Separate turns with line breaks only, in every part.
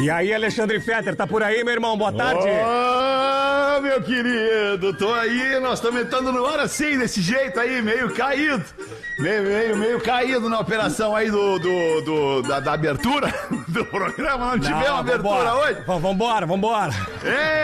E aí, Alexandre Fetter, tá por aí, meu irmão? Boa tarde.
Ô, meu querido, tô aí, nós estamos entrando no ar assim, desse jeito aí, meio caído. Meio, meio, meio caído na operação aí do, do, do- da, da abertura do programa. Não, tivemos abertura
vambora.
hoje.
V- Vambora, vambora.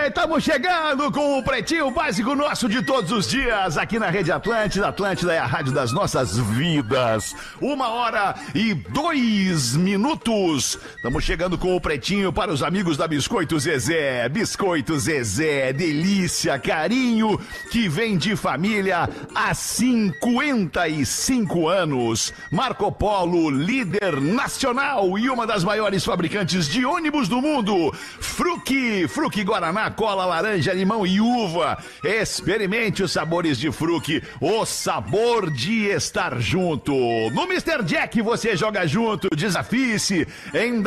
Estamos chegando com o Pretinho Básico nosso de todos os dias, aqui na Rede Atlântida. Atlântida é a rádio das nossas vidas. Uma hora e dois minutos. Estamos chegando com o Pretinho para os amigos da Biscoito Zezé. Biscoito Zezé, delícia, carinho, que vem de família há 55 anos. Marco Polo, líder nacional e uma das maiores fabricantes de ônibus do mundo. Fruque, Fruque Guaraná, cola, laranja, limão e uva. Experimente os sabores de Fruque, o sabor de estar junto. No Mr. Jack você joga junto, desafie-se em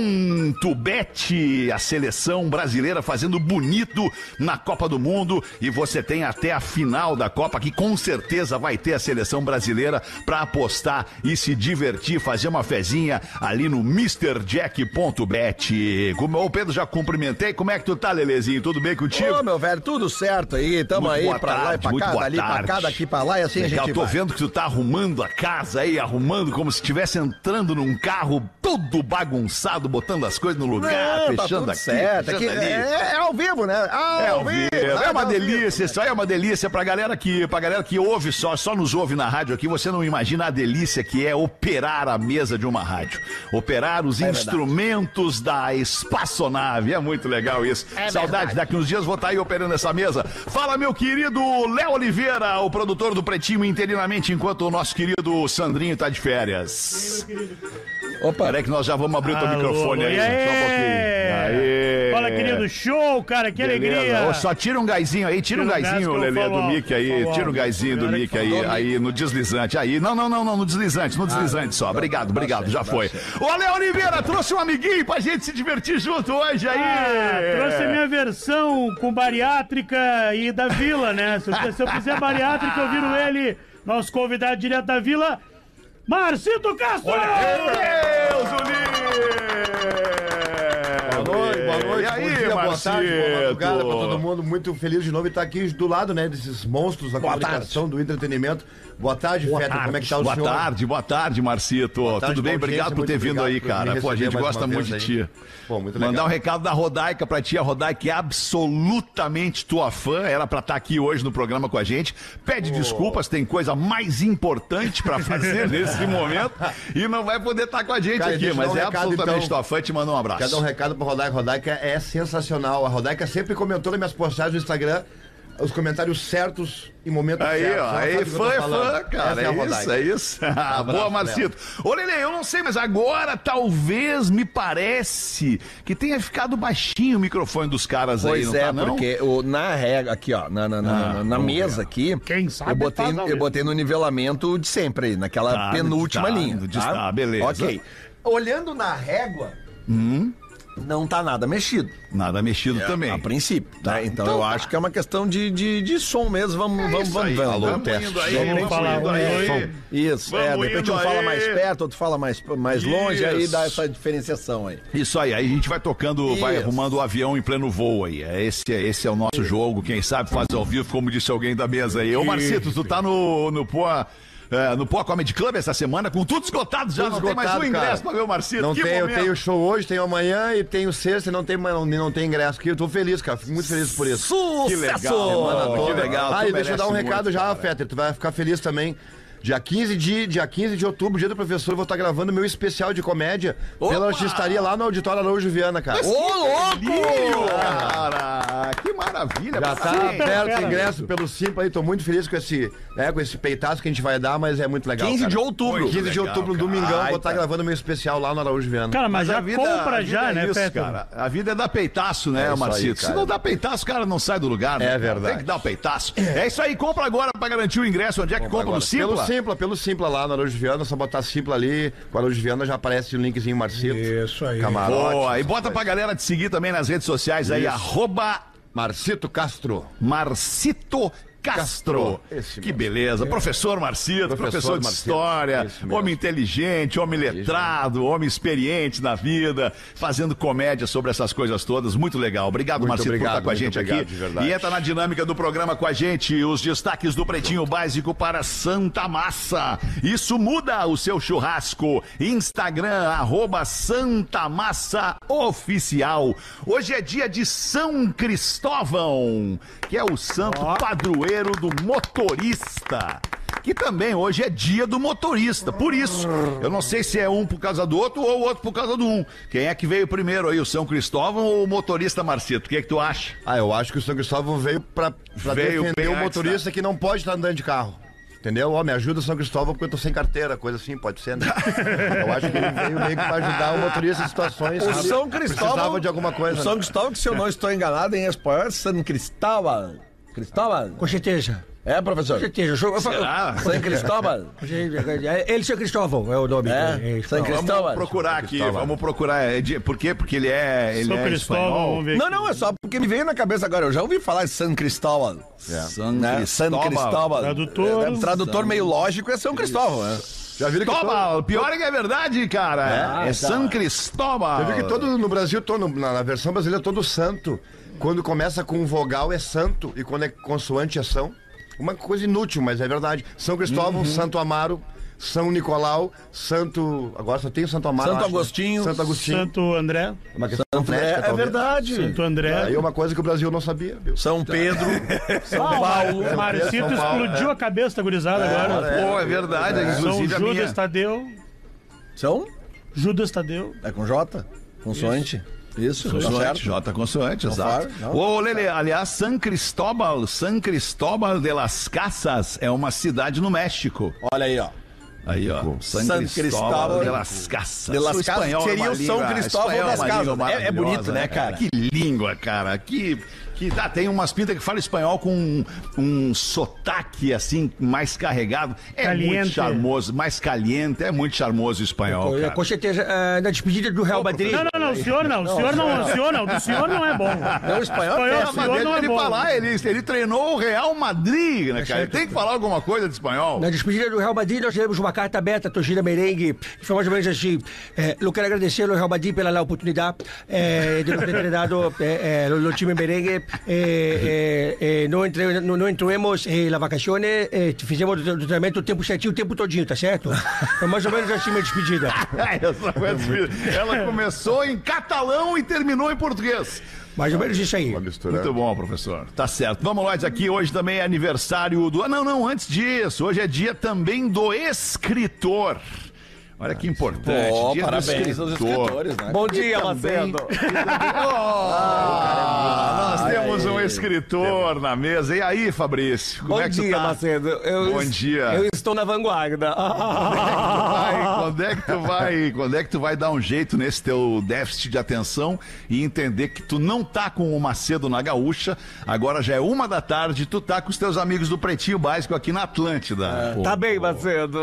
www.mrjack.bet. A seleção brasileira fazendo bonito na Copa do Mundo e você tem até a final da Copa que com certeza vai ter a seleção brasileira para apostar e se divertir, fazer uma fezinha ali no MrJack.bet. Como o Pedro já cumprimentei, como é que tu tá, Lelezinho? Tudo bem contigo?
Ô, meu velho, tudo certo aí. Tamo
Muito
aí
boa
pra lá e
tarde,
pra
muito
cá,
boa
dali pra
tarde.
cá, daqui pra lá e assim a
Legal,
gente
tô
vai.
vendo que tu tá arrumando a casa aí, arrumando como se estivesse entrando num carro todo bagunçado, botando as coisas no lugar,
Não, tá
fechando
tudo
aqui,
certo.
fechando
Aqui
ali.
é, é ao vivo, né? Ao
É, ao vivo. é
ao
uma
vivo.
delícia, isso aí é uma delícia pra galera que, pra galera que ouve só, só nos ouve na rádio aqui, você não imagina a delícia que é operar a mesa de uma rádio. Operar
É
os
verdade.
instrumentos da espaçonave. É muito legal isso.
É
Saudade, daqui uns dias vou estar aí operando essa mesa. Fala, meu querido Léo Oliveira, o produtor do Pretinho interinamente, enquanto o nosso querido Sandrinho tá de férias.
Opa,
Peraí que nós já vamos abrir o teu
Alô,
microfone aí,
alô, e
só um pouquinho.
aí?
Aê.
Fala, querido, show, cara, que
É. Beleza.
alegria.
Ô, só tira um gásinho aí, tira, um
Tira um gás
gásinho,
que eu
Lelê,
falo
do
alto,
Mickey
falo
aí.
alto.
Tira um gásinho do
Galera que
Mickey aí,
falou,
aí no deslizante. Aí, não, não, não, não, no deslizante,
Ah,
no deslizante
tá
só. Obrigado, obrigado, já foi. Ô, Léo Oliveira, trouxe um amiguinho pra gente se divertir junto hoje aí.
Ah, trouxe a minha versão com bariátrica e da vila, né? Se eu, se eu fizer bariátrica, eu viro ele, nosso convidado direto da vila, Marcito Castro!
Deus, o livre!
Boa noite, boa noite,
E aí,
bom dia, boa
Marcito?
tarde, boa madrugada pra todo mundo. Muito feliz de novo e estar aqui do lado, né, desses monstros da comunicação, do entretenimento. Boa tarde, Fetter, como é que tá o
boa
senhor?
tarde, boa tarde, Marcito.
tarde,
Tudo bem?
boa
Obrigado
audiência,
por ter
muito
vindo
obrigado
aí,
por me
cara. Pô, a
receber
gente
mais
gosta
uma
muito de
vez
ti.
aí. Pô, muito
Mandar
legal.
um recado da Rodaica pra ti. A Rodaica é absolutamente tua fã. Era pra estar aqui hoje no programa com a gente. Pede desculpas, tem coisa mais importante pra fazer nesse momento e não vai poder estar com a gente
Cara,
aqui.
deixa eu dar
Mas
um
é
recado,
absolutamente
então.
tua fã. Te manda um abraço.
Quero dar um recado pra Rodaica. Rodaica é sensacional. A Rodaica sempre comentou nas minhas postagens no Instagram os comentários certos em momentos
Aí,
certos.
ó,
Ela
aí
sabe o que eu tô
fã é
falando.
fã, cara.
Essa é a
É isso,
Rodaica.
é isso. Boa,
pra
Marcito. Ô, Lele, eu não sei, mas agora talvez me parece que tenha ficado baixinho o microfone dos caras aí,
Pois
não
é,
tá, não? Ah, é.
porque o- na regra, aqui, ó, na, na, na- na- na mesa aqui,
Quem sabe
eu botei,
faz ao
eu
vivo.
botei no nivelamento de sempre, aí, naquela
Tá,
penúltima
tá,
linha.
no
Tá?
destaque, beleza. Hum?
Ok. Olhando na régua, não tá nada mexido,
Nada
É,
mexido também.
a princípio. Tá? Então,
então
eu
tá. É
acho que é uma questão de, de, de som mesmo. Vamos, vamos,
isso
vamos
aí,
vendo.
alô,
vamos
teste.
indo aí,
Vamos
vamos
falar,
indo
vamos
aí.
aí.
um Isso, é,
Vamos
de repente
indo
um fala
aí.
mais perto, outro fala mais, mais longe, aí
Isso.
dá essa diferenciação aí.
Isso aí, aí a gente vai tocando, vai
Isso.
arrumando o avião em pleno voo aí. É Esse, é- esse é o nosso jogo, quem sabe faz ao vivo, como disse alguém da mesa aí. Ô Marcito, tu tá no, no Poa. é, no Poa Comedy Club essa semana, com tudo esgotado já,
Tudo
não tem mais um
esgotado, cara.
ingresso pra ver o Marcito.
Não
que
tem, eu
momento.
tenho show hoje, tenho amanhã e tenho sexta e não tem, não, não tem ingresso. Porque eu tô feliz, cara. Fico muito feliz por isso.
Sucesso!
Que legal,
Pô,
que legal.
Ah,
tu
e deixa eu dar um
merece
recado
muito,
já,
cara.
Fetter. Tu vai ficar feliz também. Dia 15 de, dia 15 de outubro, dia do professor, eu vou estar gravando meu especial de comédia
Opa!
pela artistaria lá no Auditório Araújo Viana, cara.
Ô,
Filho,
louco!
cara, que maravilha. assim,
Já tá
parabéns.
aberto
fera,
o ingresso pelo Simpla aí, tô muito feliz com esse, né, com esse peitaço que a gente vai dar, mas é muito legal.
15 de
cara.
outubro.
Muito
15 de
legal,
outubro, no
cara.
domingão,
Ai,
vou estar
cara.
gravando meu especial lá no Araújo Viana.
Cara, mas,
a
já
vida- a
compra
vida
já,
é
né,
isso,
Fetter?
cara. A vida é dar peitaço, né,
isso aí,
Marcito? Se
cara.
não dá peitaço, o cara não sai do lugar, né?
É
cara?
verdade.
Tem que dar o peitaço. É isso aí, compra agora pra garantir o ingresso. Onde é que compra?
Agora,
No Simpla?
Pelo Simpla, pelo Simpla lá no Araújo Viana, só botar Simpla ali, com o Araújo Viana já aparece o linkzinho Marcito.
Isso aí.
Camarote.
Boa, e bota pra galera te seguir também nas redes sociais aí, arroba
Marcito Castro.
Marcito Castro.
Esse É.
Que beleza. Professor Marcito, professor,
Professor
de
Marcito,
história,
isso mesmo.
homem inteligente, homem letrado, homem experiente na vida, fazendo comédia sobre essas coisas todas. Muito legal. Obrigado,
Muito
Marcito, por
obrigado,
estar com a
muito
gente
obrigado,
aqui.
de verdade.
E é entra Tá na dinâmica do programa com a gente. Os destaques do Pretinho Básico para Santa Massa. Isso muda o seu churrasco. Instagram, arroba Santa Massa Oficial. Hoje é dia de São Cristóvão, que é o santo padroeiro do motorista. Que também hoje é dia do motorista. Por isso, eu não sei se é um por causa do outro ou o outro por causa do um. Quem é que veio primeiro aí, o São Cristóvão ou o motorista Marcito? O que é que tu acha?
Ah, eu acho que o São Cristóvão veio pra, pra
Veio bem
defender o
antes,
motorista
né?
que não pode estar andando de carro. Entendeu? Ó, me ajuda São Cristóvão porque eu tô sem carteira, coisa assim, pode ser, né? Eu acho que ele veio meio que pra ajudar o motorista em situações
O
que ele
São Cristóvão.
precisava de alguma coisa.
O São
né?
Cristóvão, que se eu não estou enganado, em espanhol é San Cristóbal. Cristóbal?
Com certeza.
É, professor? Ah.
Com certeza. Eu sou- eu falo-
Será?
San Cristóbal?
Ele, seu Cristóvão, é o nome
É?
dele. em
São
espanhol.
Cristóvão.
Vamos procurar aqui, vamos procurar. É de- por quê? Porque ele é. Ele
São
é
Cristóvão,
espanhol.
vamos ver.
Não, não, é só porque me veio na cabeça agora. Eu já ouvi falar de San Cristóbal.
É.
San
Né? San
Cristóbal.
Cristóbal.
Tradutor.
É, tradutor meio lógico é São Cristóvão. né?
Já viram que
Toma, o pior é que é verdade, cara. É, San Cristóbal.
Eu vi que todo no Brasil, todo, na, na versão brasileira, todo santo, quando começa com vogal é santo e quando é consoante é são. Uma coisa inútil, mas é verdade. São
Uhum.
Cristóvão, Santo Amaro, São Nicolau, Santo. Agora só tem o Santo Amaro.
Santo
acho, né?
Agostinho.
Santo Agostinho.
Santo André.
Uma questão
É,
atlética,
é
talvez.
verdade.
Santo André.
Aí é uma coisa que o Brasil não sabia, viu?
São Pedro, São
Ah, o
né?
Paulo.
Mar- Marcito
São Paulo,
explodiu a cabeça da gurizada agora.
Pô, né? é verdade,
São
inclusive a
Judas
minha.
Tadeu.
São?
Judas Tadeu.
É com J? Consoante. Isso, tá
Consoante,
certo.
J consoante, exato.
fala, não.
Ô, Lele, aliás, San Cristóbal, San Cristóbal de las Casas é uma cidade no México.
Olha aí, ó.
Aí, ó. San,
San
Cristóbal
Cristóbal
de las Casas.
de las
O
Casas
espanhol é
seria
uma
o São
língua-
Cristóvão
espanhol é
das
uma
Casas.
língua
É- é bonito,
maravilhosa,
né, cara?
Que língua, cara. Que, que ah, tem umas pintas que falam espanhol com um, um sotaque, assim, mais carregado. É muito
Caliente.
charmoso, mais caliente. É muito charmoso o espanhol, cara.
Com certeza, ah, na despedida do Real Madrid.
Não, não, não, o senhor não, o senhor não, o senhor não, o senhor não é bom.
Não, o espanhol
Espanhol,
tem
Ah,
o
mas
senhor
deixa
não é
ele
bom.
falar, ele, ele treinou o Real Madrid, né, cara? Ele tem que falar alguma coisa de espanhol.
Na despedida do Real Madrid, nós tivemos uma carta aberta, à torcida merengue, que foi mais ou menos assim. eh, eu quero agradecer ao Real Madrid pela la oportunidade eh, de nos ter treinado eh, eh, no time merengue. Eh, eh, eh, não, entre, não, não entremos eh, na vacaciones, eh, fizemos o treinamento o tempo certinho, o tempo todinho, tá certo? Foi mais ou menos assim minha despedida.
Essa foi a despedida. Ela começou em catalão e terminou em português.
Mais ou menos isso aí.
Muito bom, professor. Tá certo. Vamos lá, aqui hoje também é aniversário do. Ah, não, não, antes disso. Hoje é dia também do escritor. Olha que
É,
importante.
Ó,
dia do
parabéns
escritor.
aos escritores, né?
Bom dia,
também-
Macedo.
Ah, nós
Ai,
temos um escritor na mesa. E aí, Fabrício? Como
Bom
é que
dia,
tu tá?
Macedo. Eu,
Bom dia.
Eu estou na vanguarda.
Vai, quando é que tu vai, quando é que tu vai dar um jeito nesse teu déficit de atenção e entender que tu não tá com o Macedo na gaúcha, agora já é uma da tarde, tu tá com os teus amigos do Pretinho Básico aqui na Atlântida. Pô,
Tá bem, Macedo.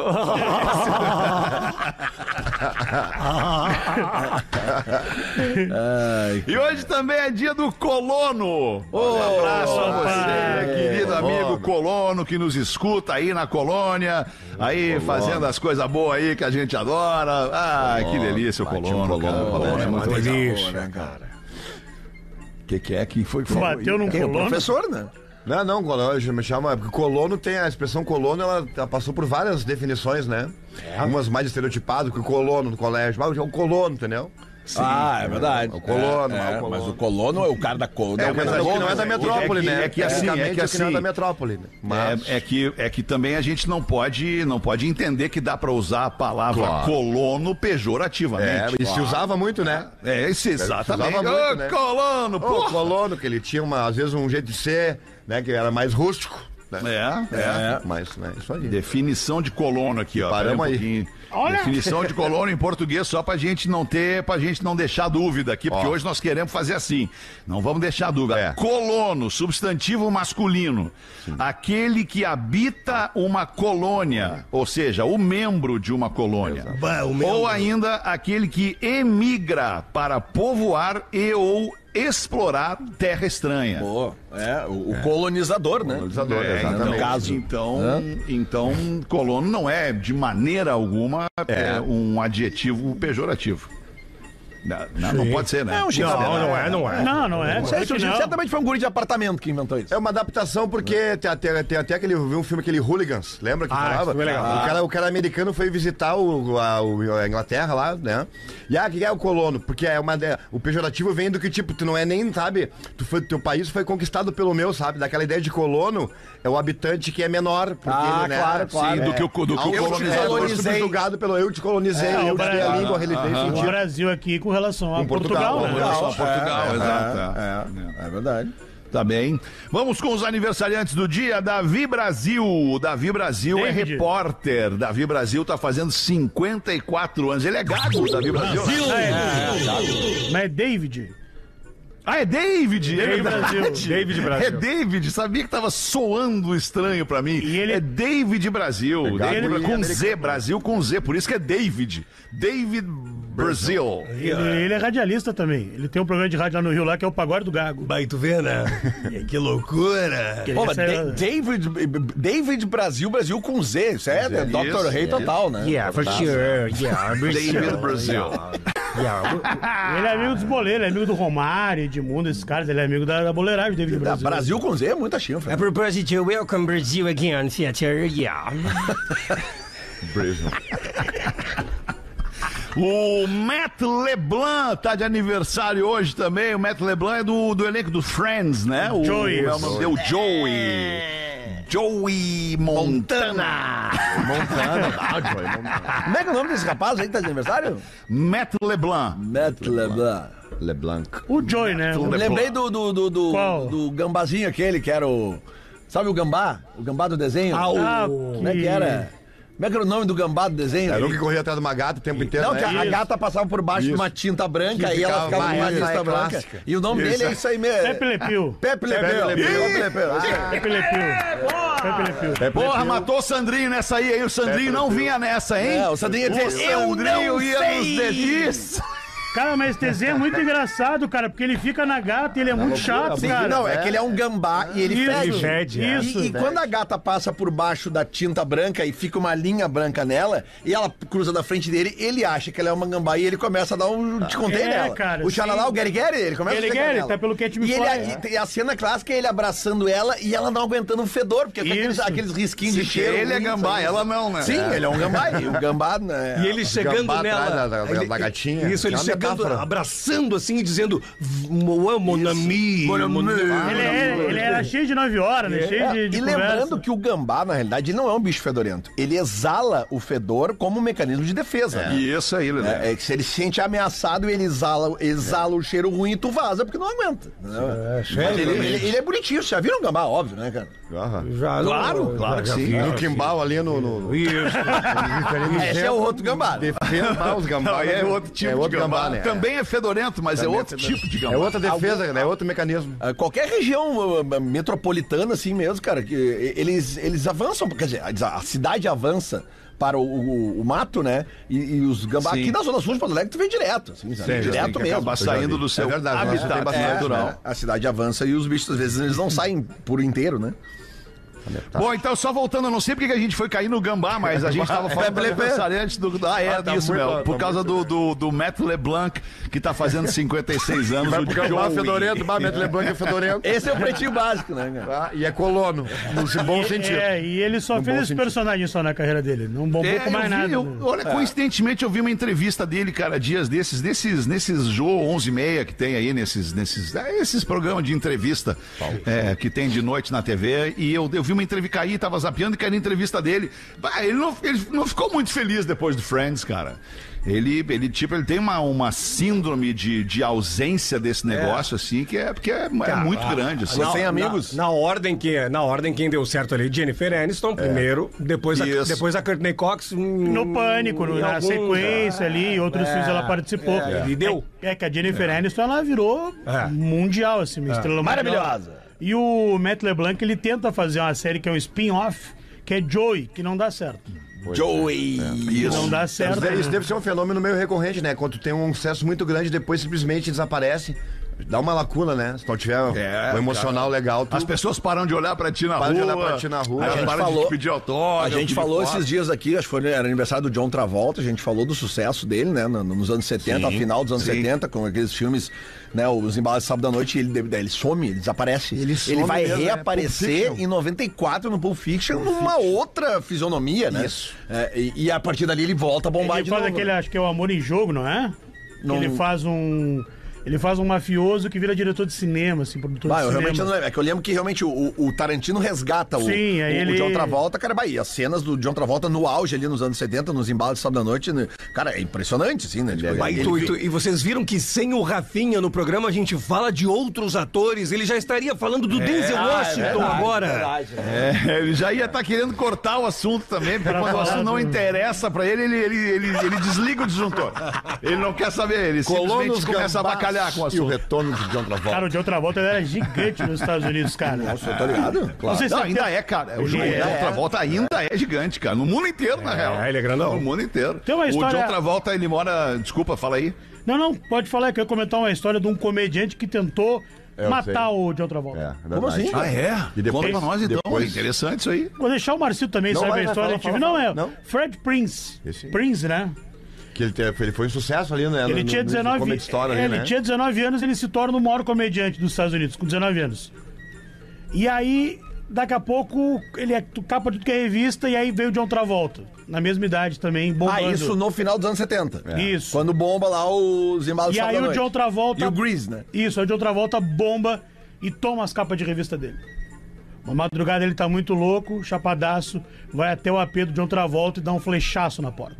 E hoje também é dia do colono. um abraço a você, querido amigo colono que nos escuta aí na colônia, aí fazendo as coisas boas aí que a gente adora. Ah, que delícia o colono. O
Tá
colono, é muito legal.
né,
O que, que é que foi que falou aí,
Bateu num
cara?
colono.
Professor, né?
Não, não, colono, eu me chama. porque Colono tem a expressão colono, ela, ela passou por várias definições, né?
É.
Umas mais estereotipadas que o colono do colégio. Mas é o colono, entendeu?
ah, é verdade.
o colono,
É,
é o
é,
colono.
Mas o colono é o cara da colono.
É,
o cara
mas
Mas
acho
que
que
não é
é
da
que-
metrópole,
é que-
né?
é que assim,
Tecnicamente,
é que
não é
assim-
da metrópole, né? Mas...
É, é que, é que também a gente não pode, não pode entender que dá pra usar a palavra colono
É,
pejorativamente.
e se usava muito, né?
É, isso, exatamente.
usava
Ô,
muito, né?
colono,
O
pô!
colono, que ele tinha, uma, às vezes, um jeito de ser, né? Que era mais rústico. Né?
É, é.
Mas, né, isso aí.
Definição de colono aqui, ó.
Paramos
Pera
aí.
pouquinho. Definição de colono em português, só pra gente não ter, pra gente não deixar dúvida aqui, porque
Ó. É.
hoje nós queremos fazer assim. Não vamos deixar dúvida. Colono, substantivo masculino. Aquele que habita uma
É.
colônia, ou seja, o membro de uma colônia. Ou ainda aquele que emigra para povoar e ou explorar terra estranha.
Pô, é, o, o colonizador, né?
Colonizador,
É,
exatamente.
então,
caso.
Então, então, colono não é, de maneira alguma, é, um adjetivo pejorativo. Na- na- Não, pode ser, né?
É um jeito de
Não,
falar.
não é, não é.
Não, não é.
Isso aí
Isso
surgiu-
não.
Certamente foi um guri de apartamento que inventou isso.
É uma adaptação porque tem até, tem até aquele, viu um filme, aquele Hooligans, lembra que
Ah, esse
falava?
filme é legal.
O, cara, o cara americano foi visitar o, a, o- a Inglaterra lá, né? E ah, o que é o colono? Porque é uma, de- o pejorativo vem do que, tipo, tu não é nem, sabe? Tu foi, teu país foi conquistado pelo meu, sabe? Daquela ideia de colono é o habitante que é menor. Porque
Ah,
ele, né?
claro, claro.
Sim, do que o, do que o
Eu te
colonizador.
colonizei. subjugado pelo eu te colonizei,
É,
eu te
o
dei a
Brasil.
língua, a realidade e
Ah, O
sentido.
Brasil aqui com relação a
Com
Portugal,
Portugal,
né?
Portugal.
Só Portugal, exato.
É, é verdade.
Tá bem. Vamos com os aniversariantes do dia. Davi Brasil. Davi Brasil é
David.
repórter. Davi Brasil tá fazendo 54 anos. Ele é gago, Davi Brasil.
É, Mas é David.
Ah, é David. é
David
verdade.
Brasil.
David
É
Brasil.
David, sabia que tava soando estranho pra mim.
E ele-
É David Brasil. David
ele-
com Z, Brasil com Z, por isso que é David. David Brasil.
Ele, ele é radialista também. Ele tem um programa de rádio lá no Rio, lá que é o Pagode do Gago.
Vai, tu vê, né? que loucura!
Ele
Pô, mas
recebe-
Da- David, David Brasil, Brasil com Z, isso é, é Dr. Rei total, né?
Yeah, for sure. Yeah, for
David Brasil.
Yeah.
Ele é amigo dos boleiros, ele é amigo do Romário, Edmundo, esses caras. Ele é amigo da, da boleiragem, David
Da
Brasil.
Brasil com Z é muita chifra.
I propose you to welcome Brazil again, theater. Yeah.
O Matt LeBlanc tá de aniversário hoje também. O Matt LeBlanc é do, do elenco do Friends, né? O,
Joey.
É o nome dele, o Joey. Joey Montana. Ah,
Montana. Como é que é o nome desse rapaz aí que tá de aniversário?
Matt LeBlanc.
Matt LeBlanc.
LeBlanc.
O Joy, né?
Eu
LeBlanc.
Lembrei do, do, do, do,
Qual?
do gambazinho aquele que era o. Sabe o gambá? O gambá do desenho?
Ah, o-
Ah,
Como é que era? Como é que era o nome do gambá do desenho?
Era um que corria atrás de uma gata o tempo inteiro.
Não,
né?
que a, a
Isso.
gata é passava por baixo de uma tinta branca
Que
e
ficava-
ela ficava por
Ah,
baixo de
essa
tinta
é
branca.
clássica.
E o nome dele é isso aí mesmo.
Pepe Lepil.
Pepe
Pepe
Lepeu.
Lepeu.
Pepe Lepeu.
Pepe Lepil. Pepe Lepil.
É
Porra, matou o Sandrinho nessa aí, hein? O Sandrinho não vinha nessa, hein?
É, o Sandrinho ia dizer,
O
"Eu
Sandrinho
não
ia
sei."
nos dedis.
Cara, mas esse desenho é muito engraçado, cara, porque ele fica na gata e ele é muito chato, cara.
Não, é que ele é um gambá e ele
né? Isso.
fede.
Ele fede, é.
E-
Isso,
e
fede.
quando a gata passa por baixo da tinta branca e fica uma linha branca nela, e ela cruza da frente dele, ele acha que ela é uma gambá e ele começa a dar um te contei
É,
nela.
cara,
o xalala,
sim.
o Gary Gary, ele começa
Gary
a chegar
Gary,
nela.
tá pelo Cat Me
e, ele, é,
Fly.
e tem a cena clássica é ele abraçando ela e ela não aguentando o fedor, porque fica aqueles,
Isso.
aqueles risquinhos de cheiro.
Ele é
ruins,
gambá,
sabe?
ela não, né?
Sim, ele é um gambá. E o gambá, né?
E ele chegando
gambá atrás
nela.
da- da-
ele-
da gatinha.
Isso, ele
É uma
chegando,
metáfora.
abraçando assim e dizendo: Moa, mon ami. mon ami."
Ele, é, ele era cheio de nove horas, né? Cheio
É,
de, de
e
conversa.
lembrando que o gambá, na realidade, ele não é um bicho fedorento. Ele exala o fedor como um mecanismo de defesa. né?
Isso aí, Lelê.
É, é que se ele se sente ameaçado, ele exala, exala o cheiro ruim e tu vaza, porque não aguenta. né? Mas ele, ele- ele é bonitinho, vocês já viram um gambá, óbvio, né, cara?
Já,
Claro, claro que sim.
No quimbal ali no. no, no...
Esse é o outro gambá.
Defesa ah, os gambá.
Não,
né?
é outro tipo
é
de
outro
gambá.
gambá, né?
Também é fedorento, mas é outro tipo de gambá.
É outra defesa, né? É outro mecanismo.
Ah, Qualquer região ah, ah, metropolitana, assim mesmo, cara, que eh, eles, eles avançam, quer dizer, a a cidade avança para o, o- o mato, né? E, e os gambá. Aqui na Zona Sul de Porto Alegre, tu vem direto, assim, sabe?
Sim, tem
direto
que
mesmo.
acabar saindo do seu
É verdade,
habitat
você tem bastante
é,
natural.
né?
A cidade avança e os bichos, às vezes, eles não saem por inteiro, né?
Bom, então só voltando, eu não sei porque que a gente foi cair no gambá, mas a gente tava falando do aniversariante do. Ah, é,
Ah, tá
isso,
muito-
Mel.
tá
Por causa do, do, do Matt LeBlanc, que tá fazendo 56 anos.
Vai
o
pro gambá
Joey.
fedorento,
Tá
Babeto Leblanc é fedorento.
Esse é o pretinho básico, né, cara?
tá? E é colono, no bom sentido.
É, e ele só
No
fez
bom
esse
sentido.
personagem só na carreira dele. Não bombou
É,
com mais
eu vi,
nada.
eu-
né?
É.
olha, coincidentemente eu vi uma entrevista dele, cara, dias desses, nesses, nesses Jô 11 e meia que tem aí, nesses, nesses, é, esses programas de entrevista é, que tem de noite na TV, e eu, eu vi uma entrevista cair, tava zapeando e caiu na entrevista dele. Bah, ele, não, ele não ficou muito feliz depois do Friends, cara. Ele, ele tipo, ele tem uma, uma síndrome de, de ausência desse negócio, assim, que é, porque é, é muito grande, assim.
Sem amigos?
Na, na ordem que, na ordem quem deu certo ali, Jennifer Aniston primeiro, depois a,
Isso.
depois a Courtney Cox. hum,
É. No Pânico, no-
em
na
alguns,
sequência ali, em outros filmes ela participou.
é, e deu.
É, é que a Jennifer Aniston, ela virou
É.
mundial, assim, uma estrela mundial.
Maravilhosa.
E o Matt LeBlanc, ele tenta fazer uma série que é um spin-off, que é Joey, que não dá certo.
Joey!
é. Não dá certo.
Isso é deve-
né?
Isso deve ser um fenômeno meio recorrente, né? Quando tem um sucesso muito grande, depois simplesmente desaparece. Dá uma lacuna, né? Se não tiver
É,
um emocional legal, tu...
As pessoas param de olhar pra ti na
Param de
rua.
olhar pra ti na rua.
elas
A gente
param de te
falou-
pedir autógrafo.
A gente
pedir
falou
foto.
esses dias aqui, acho que foi, né, era aniversário do John Travolta, a gente falou do sucesso dele, né? no- Nos anos 70,
Sim,
final dos anos
sim.
70, com aqueles filmes, né? Os embalos de sábado da noite, ele, daí ele some, ele desaparece.
Ele some
vai
mesmo, né?
reaparecer
Pulp Fiction.
em 94 no Pulp Fiction, numa outra fisionomia, né? Isso. e, e a partir dali ele volta a bombar
Ele
de
faz
novo. né?
aquele, acho que é o Amor em Jogo, não é? Que
Não-
Ele faz um. Ele faz um mafioso que vira diretor de cinema, assim, produtor
Ah,
de
eu
cinema.
realmente não lembro. É que eu lembro que realmente o, o- o Tarantino resgata o,
Sim,
o,
aí
o
ele-
John Travolta, cara, Bahia. As cenas do John Travolta no auge ali nos anos 70, nos embalos de sábado à noite. né? Cara, é impressionante, assim, né?
é
Tipo,
Mas
ele-
tu- tu- e vocês viram que sem o Rafinha no programa a gente fala de outros atores. Ele já estaria falando
É.
do Denzel
Ah,
Washington agora.
É, ele já ia estar querendo cortar o assunto também, porque
Pra
quando o
falar
assunto não
do-
interessa pra ele, ele, ele, ele, ele desliga o disjuntor. Ele não quer saber, ele simplesmente
Colonos
começa a
gambás
bacalhar com o
E o
assunto.
retorno de John Travolta.
Cara, o de outra volta ele era gigante nos Estados Unidos, cara.
Nossa, tá ligado?
Não sei se
Não,
até-
ainda é, cara. O John,
Ele é.
John Travolta ainda é gigante, cara. No mundo inteiro, na real.
ele é grandão.
No mundo inteiro.
Tem uma história-
O John Travolta, ele mora... Desculpa, fala aí.
Não, não, pode falar que eu ia comentar uma história de um comediante que tentou matar o de outra volta.
Como assim?
Ah, é?
E depois-
Conta pra nós, então.
depois-
Interessante isso aí.
Vou deixar o Marcito também
Não,
saber
vai,
a
vai, fala,
história. eu tive-
fala,
não, é.
fala. Não?
Fred Prince.
Esse aí.
Prince, né?
Que ele, teve- ele foi um sucesso ali, né? no-
Ele tinha
no- no
19
Comedy Store ali,
é, Ele
né?
tinha 19 anos ele se torna o maior comediante dos Estados Unidos, com 19 anos. E aí, daqui a pouco, ele é capa de tudo que é revista, e aí veio o John Travolta. Na mesma idade também,
Ah,
bombando.
isso no final dos anos 70.
É.
Isso.
Quando bomba lá os embalos
E
de
aí
sábado
o
à é noite.
John Travolta...
E o Grease, né?
Isso, aí o John Travolta bomba e toma as capas de revista dele. Uma madrugada ele tá muito louco, chapadaço, vai até o AP do John Travolta e dá um flechaço na porta.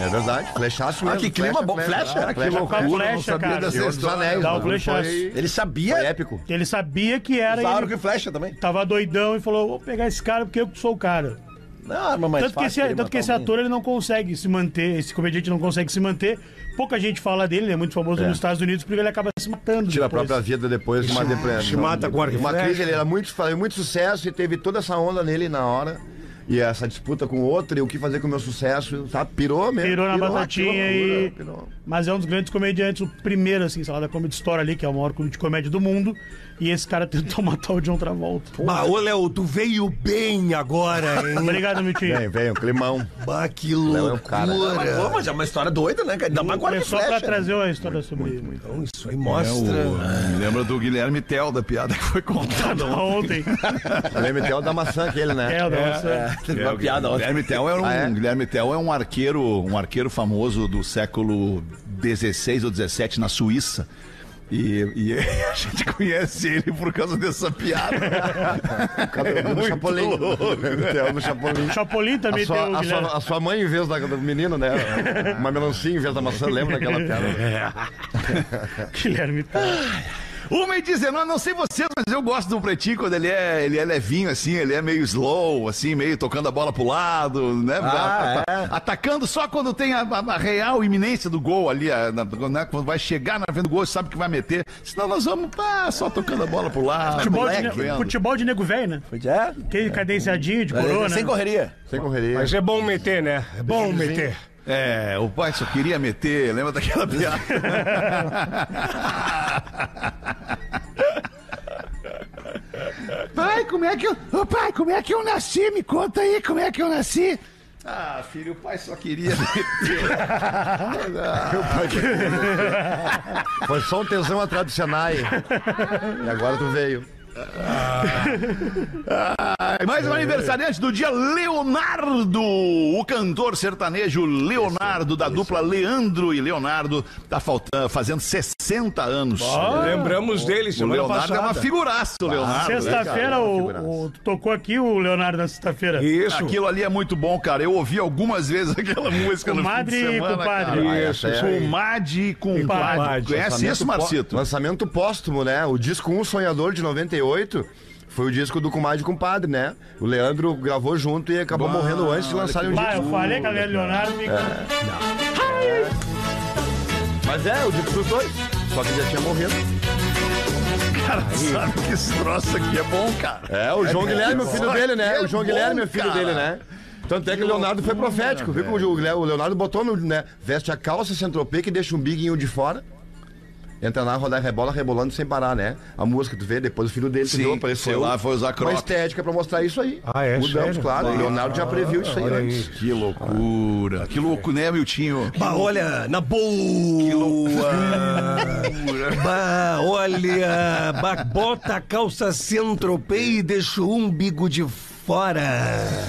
É verdade, flechaço mesmo.
Ah, que clima bom. Flecha? Ah, que
louco.
Com a
não
flecha,
sabia
cara.
dessa
Senhor dos
história.
Anéis,
Dá o
mano.
flechaço.
Foi-
Ele sabia.
Foi épico.
Ele sabia que era... e
Usaram
ele
que flecha também.
Tava doidão e falou, vou pegar esse cara porque eu sou o cara.
Não, é mais
Tanto que, esse,
fácil ele
tanto que
matar
esse
alguém.
ator ele não consegue se manter, esse comediante não consegue se manter. Pouca gente fala dele, ele é muito famoso nos Estados Unidos porque ele acaba se matando.
Tira a
depois.
própria vida depois de uma depressão.
se mata com arco e
Uma
flecha.
crise, ele era muito, fazia muito sucesso e teve toda essa onda nele na hora. E essa disputa com o outro e o que fazer com o meu sucesso, sabe? Pirou mesmo.
Pirou na
pirou,
batatinha
pirou, pirou,
e.
pirou.
Mas é um dos grandes comediantes, o primeiro, assim, sei lá, da Comedy Store ali, que é o maior clube de comédia do mundo. E esse cara tentou matar o John Travolta.
Bah, ô Léo, tu veio bem agora, hein?
Obrigado, Mitinho.
Vem, vem, um climão.
bah, que
Léo é um cara.
loucura.
Pô, mas é uma história doida, né? cara? Ainda mais com arco
É
e
só pra
né?
flecha.
trazer uma história sobre ele.
Então, isso aí mostra.
Ah.
Me lembra do Guilherme Tell, da piada que foi contada
Ah, Ontem.
Lembra até o da maçã aquele, né?
É, o negócio-
Teve uma piada ontem.
Guilherme Tell era um,
Ah, é?
Guilherme Tell é um arqueiro, um arqueiro famoso do século 16 ou 17 na Suíça. E, e a gente conhece ele por causa dessa piada.
é
Cabelo do Chapolin. Cabelo do Chapolin.
Chapolin
É, A
também tem
sua,
o
a,
Guilherme.
sua, a sua mãe, em vez da, do menino, né? Uma melancia em vez da maçã, lembra daquela piada?
Guilherme tá.
Uma e 19, não sei vocês, mas eu gosto do Pretinho quando ele é, ele é levinho, assim, ele é meio slow, assim, meio tocando a bola pro lado, né?
Ah,
Ata- Atacando só quando tem a, a- a real iminência do gol ali, a- na- né? quando vai chegar na frente do gol, sabe que vai meter. Senão nós vamos pá, só tocando a bola pro lado.
Futebol de,
moleque,
ne-
vendo.
futebol de nego velho, né?
É?
Aquele cadenciadinho de
É,
corona.
Sem correria.
Sem correria.
Mas é bom meter, né? É bom meter.
É, o pai só queria meter, lembra daquela piada? pai, como é que eu. Ô pai, como é que eu nasci? Me conta aí como é que eu nasci. Ah, filho, o pai só queria.
Foi só um tesão atrás do Senai. E agora tu veio.
Mais um aniversariante do dia, Leonardo, o cantor sertanejo Leonardo, da dupla Leandro e Leonardo, tá faltando, fazendo 60 anos.
Lembramos dele
O
semana
Leonardo é uma
passada.
figuraça, o Leonardo. né,
Sexta-feira,
cara,
o,
figuraça.
o- tocou aqui o Leonardo na sexta-feira.
Isso.
Aquilo ali é muito bom, cara. Eu ouvi algumas vezes aquela música no fim
Comadre
de
e
semana,
compadre.
cara.
Isso, isso.
Comadre é e compadre.
compadre.
Conhece
Lançamento
isso,
pó-
Marcito?
Lançamento póstumo, né? O disco Um Sonhador de 98 foi o disco do Comadre e Compadre, né? O Leandro gravou junto e acabou morrendo antes de lançarem o disco.
Bah, eu falei que a Leonardo me
Mas é, o disco dos dois. Só que já tinha morrido.
Cara, sabe que esse troço aqui é bom, cara.
É, o João Guilherme, o filho
Só
dele, né?
que é
O João
bom,
Guilherme é o filho
cara.
dele, né? Tanto é que o Leonardo foi profético, viu? Como o Leonardo botou no, né? Veste a calça, centropeia, que deixa um biguinho de fora. Entra lá, rodar rebola, rebolando sem parar, né? A música, tu vê, depois o filho dele
Sim,
entendeu? apareceu.
foi lá, foi usar
Uma
crocs.
estética pra mostrar isso aí.
Ah, é?
Mudamos,
Sério?
claro. o Leonardo já previu isso aí antes.
Que loucura. Que louco, né, Miltinho?
Bah, olha, na boa! Bah, olha, bah, bota a calça centropei e deixa o umbigo de fora.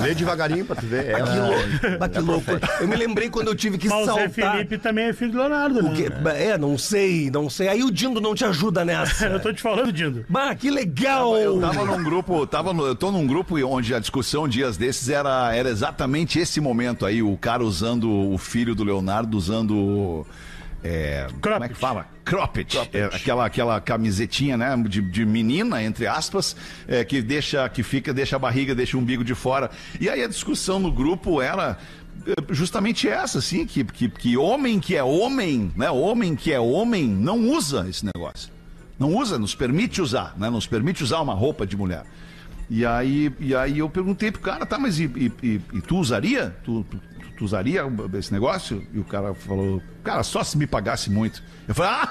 Lê devagarinho pra tu ver. É,
Que lou- bah, que louco. Eu me lembrei quando eu tive que
Mas o Zé
saltar.
Felipe também é filho do Leonardo, né?
O quê? Bah, É, não sei, não sei. Aí o Dindo não te ajuda
Eu
nessa.
tô te falando, Dindo.
Bah, que legal!
Eu tava num grupo, tava no- eu tô num grupo onde a discussão dias desses era, era exatamente esse momento aí, o cara usando, o filho do Leonardo usando. é, como é que fala? Cropped. É, aquela, aquela camisetinha, né? De, de menina, entre aspas, é, que deixa, que fica, deixa a barriga, deixa o umbigo de fora. E aí a discussão no grupo era é, justamente essa, assim, que, que, que homem que é homem, né? Homem que é homem não usa esse negócio. Não usa, nos permite usar, né? Nos permite usar uma roupa de mulher. E aí, e aí eu perguntei pro cara, tá, mas e, e- e- e tu usaria? Tu, tu- tu usaria esse negócio? E o cara falou, cara, só se me pagasse muito. Eu falei, ah,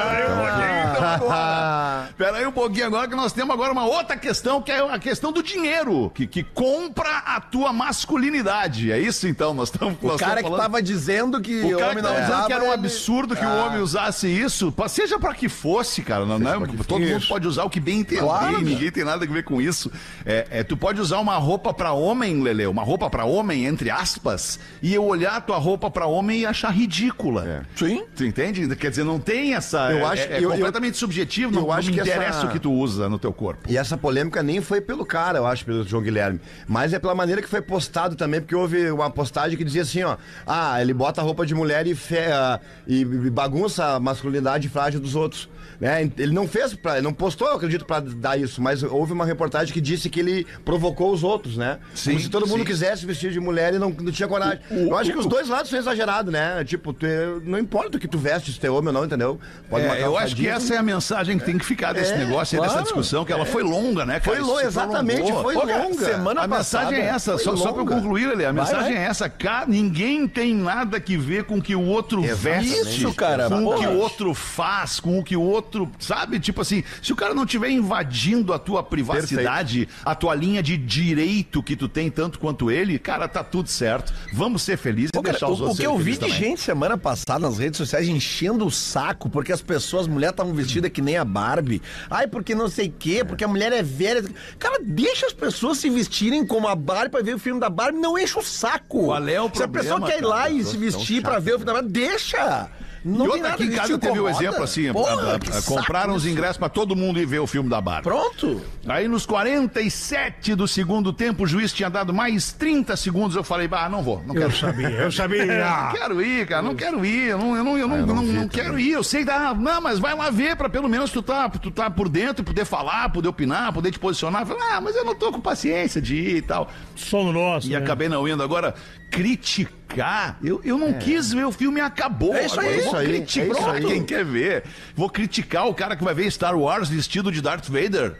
não, peraí um pouquinho, então
Ah.
agora. Peraí um pouquinho agora que nós temos agora uma outra questão, que é a questão do dinheiro, que, que compra a tua masculinidade. É isso então, nós estamos
O cara que tá tava dizendo que
o cara que tá
homem não
dizendo
usava,
que era um
é
ele-
absurdo que
Ah.
o homem usasse isso, pa- seja pra que fosse, cara, não, não é- todo mundo pode usar o que bem entender,
Claro, cara.
ninguém tem nada a ver com isso. É, é, tu pode usar uma roupa pra homem, Lele, uma roupa pra homem, entre aspas, e eu olhar a tua roupa pra homem e achar ridícula.
Sim.
Tu entende? Quer dizer, não tem essa.
É. Eu
é-
acho-
é, é
eu- eu-
completamente subjetivo,
eu
não,
acho
não me
que essa-
interessa o que tu usa no teu corpo.
E essa polêmica nem foi pelo cara, eu acho, pelo João Guilherme. Mas é pela maneira que foi postado também, porque houve uma postagem que dizia assim, ó. Ah, ele bota a roupa de mulher e, fe- ah, e bagunça a masculinidade frágil dos outros. Né? Ele não fez, pra, ele não postou, eu acredito, pra dar isso, mas houve uma reportagem que disse que ele provocou os outros, né?
Sim,
Como se todo mundo
sim.
quisesse vestir de mulher e não, não tinha coragem. eu acho que os dois lados são exagerados, né? Tipo, tu- não importa o que tu veste, se tu é homem ou não, entendeu?
É,
matar
eu
um
acho que
sadismo.
essa é a mensagem que tem que ficar desse
É,
negócio, aí, dessa
claro.
discussão, que ela foi longa, né, cara?
Foi
Isso
longa,
se
exatamente,
prolongou.
foi
Ô, cara,
longa.
Semana
A
passada. A mensagem é
passada
essa, só,
foi
só pra eu
longa.
concluir, Lelê, a
Vai,
mensagem
vai.
é essa, cara, ninguém tem nada que ver com o que o outro
Exatamente.
veste,
Isso, cara,
com o que o
pô.
outro faz, com o que o outro, sabe? Tipo assim, se o cara não estiver invadindo a tua privacidade, a tua linha de direito que tu tem tanto quanto ele, cara, tá tudo certo. Vamos ser felizes
Pô,
e
cara,
deixar os
o,
outros
o que
serem
eu vi
felizes
de
também.
gente semana passada nas redes sociais enchendo o saco porque as pessoas, as mulheres estavam vestidas que nem a Barbie. Ai, porque não sei o quê, porque a mulher é velha. Cara, deixa as pessoas se vestirem como a Barbie pra ver o filme da Barbie, não enche o saco.
Qual é o
Se a pessoa
problema,
quer ir
cara?
lá e
Pessoas
se
tão
vestir pra ver o filme da Barbie, deixa. Não
e
tem
outra
nada
aqui em
que
casa
te
teve o
incomoda.
exemplo assim:
Porra,
a- a-
que
a-
saco
compraram os
isso.
ingressos pra todo mundo ir ver o filme da Barbie.
Pronto.
Aí nos 47 do segundo tempo, o juiz tinha dado mais 30 segundos. Eu falei, bah, não vou, não quero.
Eu sabia, eu
Não
sabia.
quero ir, cara, não quero ir, eu não, eu não, eu
Ah,
não, não- não quero ir, eu sei da. Não, mas vai lá ver, pra pelo menos tu tá, tu tá por dentro, poder falar, poder opinar, poder te posicionar. Eu falei, ah, mas eu não tô com paciência de ir e tal.
Sono nosso.
E
né?
acabei não indo. Agora, criticar. Eu, eu não quis ver o filme e acabou.
É isso
Agora
aí,
eu vou
é isso aí, é isso
criticar
aí.
quem quer ver. Vou criticar o cara que vai ver Star Wars vestido de Darth Vader.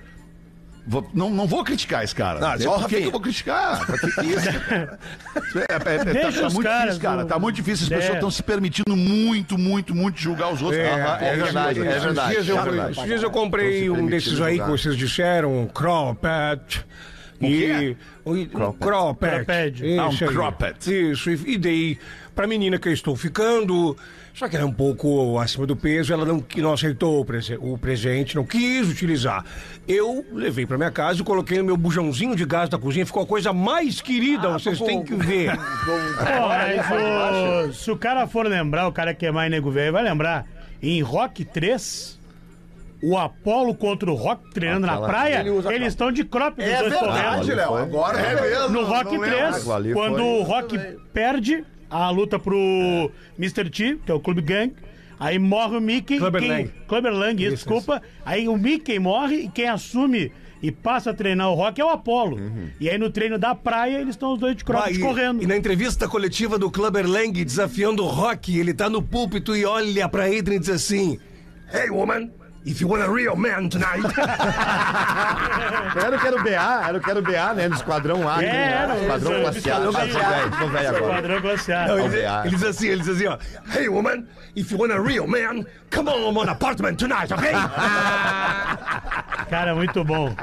Vou- não, não vou criticar esse cara.
Ah,
Por
só o
que que
Rafinha.
eu vou criticar? Tá Pra que que isso, cara? É, é, é,
Deixa
tá, tá
os
muito
caras,
difícil, cara.
o-
Tá muito difícil. As
É.
pessoas estão se permitindo muito, muito, muito julgar os outros. Aham,
é verdade, é
isso.
verdade.
Esses dias eu,
é verdade.
esses dias eu
Não se
comprei um
permitindo
desses aí que
jogar.
vocês disseram, um cropped. E,
quê?
um cropped.
Cropped.
Isso
Ah, um
aí.
cropped.
Isso, e, e dei pra menina que eu estou ficando, só que ela é um pouco acima do peso, ela não, que não aceitou o, prese- o presente, não quis utilizar. Eu levei pra minha casa e coloquei no meu bujãozinho de gás da cozinha, ficou a coisa mais querida, vocês têm que ver.
Pô, mas o- se o cara for lembrar, o cara que é mais nego velho, vai lembrar. Em Rock 3, o Apollo contra o Rock treinando na praia, eles estão de crop dos dois correndo.
Ah,
Léo. Agora é mesmo.
No Rock 3,
Aquilo ali
quando
foi-
o Rock perde a luta pro Mr. T, que é o Clube Gang, aí morre o Mickey.
Clubber
quem-
Lang.
Clubber Lang, isso, desculpa. Aí o Mickey morre e quem assume e passa a treinar o Rock é o Apollo. E aí no treino da praia, eles estão os dois de
Ah,
cropped
e-
correndo.
E na entrevista coletiva do Clubber Lang desafiando o Rock, ele tá no púlpito e olha pra Adrian e diz assim: Hey woman,
If you want a real man tonight.
Era o que era o BA, era o que era o BA, né? No esquadrão A.
É,
né?
era,
Esquadrão
era,
classe A.
esquadrão
Ah, sou velho, sou velho agora.
Esquadrão Classe A.
Não,
Ao
ele,
BA.
ele diz assim, ele diz assim, ó. Hey woman, if you want a real man, come on my apartment tonight, ok?
Cara, muito bom.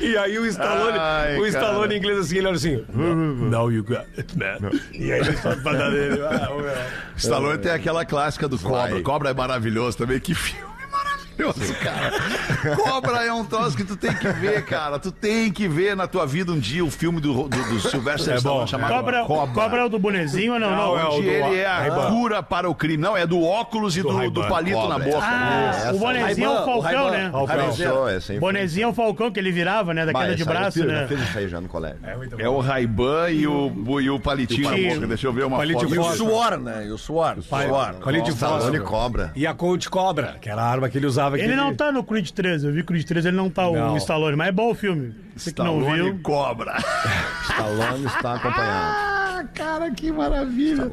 e aí o Stallone,
Ai,
o Stallone
cara.
em inglês assim, ele olha assim. Now you got it, man. E aí ele fala pra dar nele. ah, ô, meu.
É.
Stallone tem aquela clássica do Cobra. Cobra é maravilhoso também. Que filme maravilhoso, cara. Cobra é um troço que tu tem que ver, cara. Tu tem que ver na tua vida um dia o filme do, do, do
É
Sylvester Stallone chamado
Cobra, cobra. é o do bonezinho ou não? Não,
é o
Onde
do
ele é a
Ray-Ban.
cura para o crime. Não, é do óculos e do, do
Ray-Ban.
palito na boca.
Ah,
né? Essa.
o bonezinho é o Falcão, né?
Cara, sou, é sempre.
O bonezinho é o Falcão que ele virava, né? Da
Bah,
queda
essa
de
aí eu
braço,
fiz-
né?
Eu fiz isso aí já no colégio.
É o Raiban e o, e o palitinho
E o
na boca. Deixa eu ver uma
palito
foto.
de
E o
Foda.
suor, né? E o suor. suor.
Colete de
Stallone
fósforo.
cobra.
E a Colt Cobra, que era a arma que ele usava. que
Ele não tá no Creed 3, eu vi Creed 3, ele não tá
Não.
o Stallone, mas é bom o filme. Você que não
Stallone
viu.
Cobra.
Stallone está acompanhado.
Ah, Cara, que maravilha.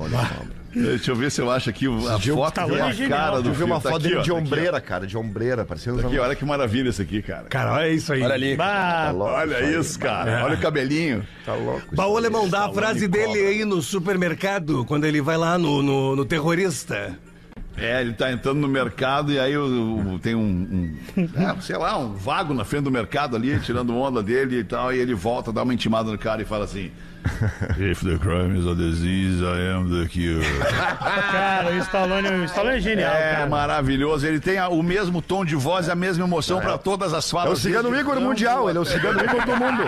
Deixa eu ver se eu acho aqui a foto
Stallone
de
é
uma
genial.
cara do
Eu vi uma
filme. Tá aqui,
foto
ó,
dele de
tá aqui,
ombreira, cara, de ombreira, parecendo
ó. Aqui, olha que maravilha isso aqui, cara.
Cara, olha isso aí.
Olha ali.
Bah,
Olha isso, cara. Olha o cabelinho.
Tá louco.
Baú Alemão, dá a frase dele aí no supermercado, quando ele vai lá no, no, no terrorista.
É, ele tá entrando no mercado e aí o- o- tem um, um- é, sei lá, um vago na frente do mercado ali, tirando onda dele e tal, e ele volta, dá uma intimada no cara e fala assim: If the crime is a disease, I am the cure.
cara, o Stallone, o Stallone é genial,
É
cara.
maravilhoso, ele tem a- o mesmo tom de voz, a mesma emoção pra todas as
É o
falas.
cigano
dele.
Igor mundial, ele é o cigano Igor do mundo.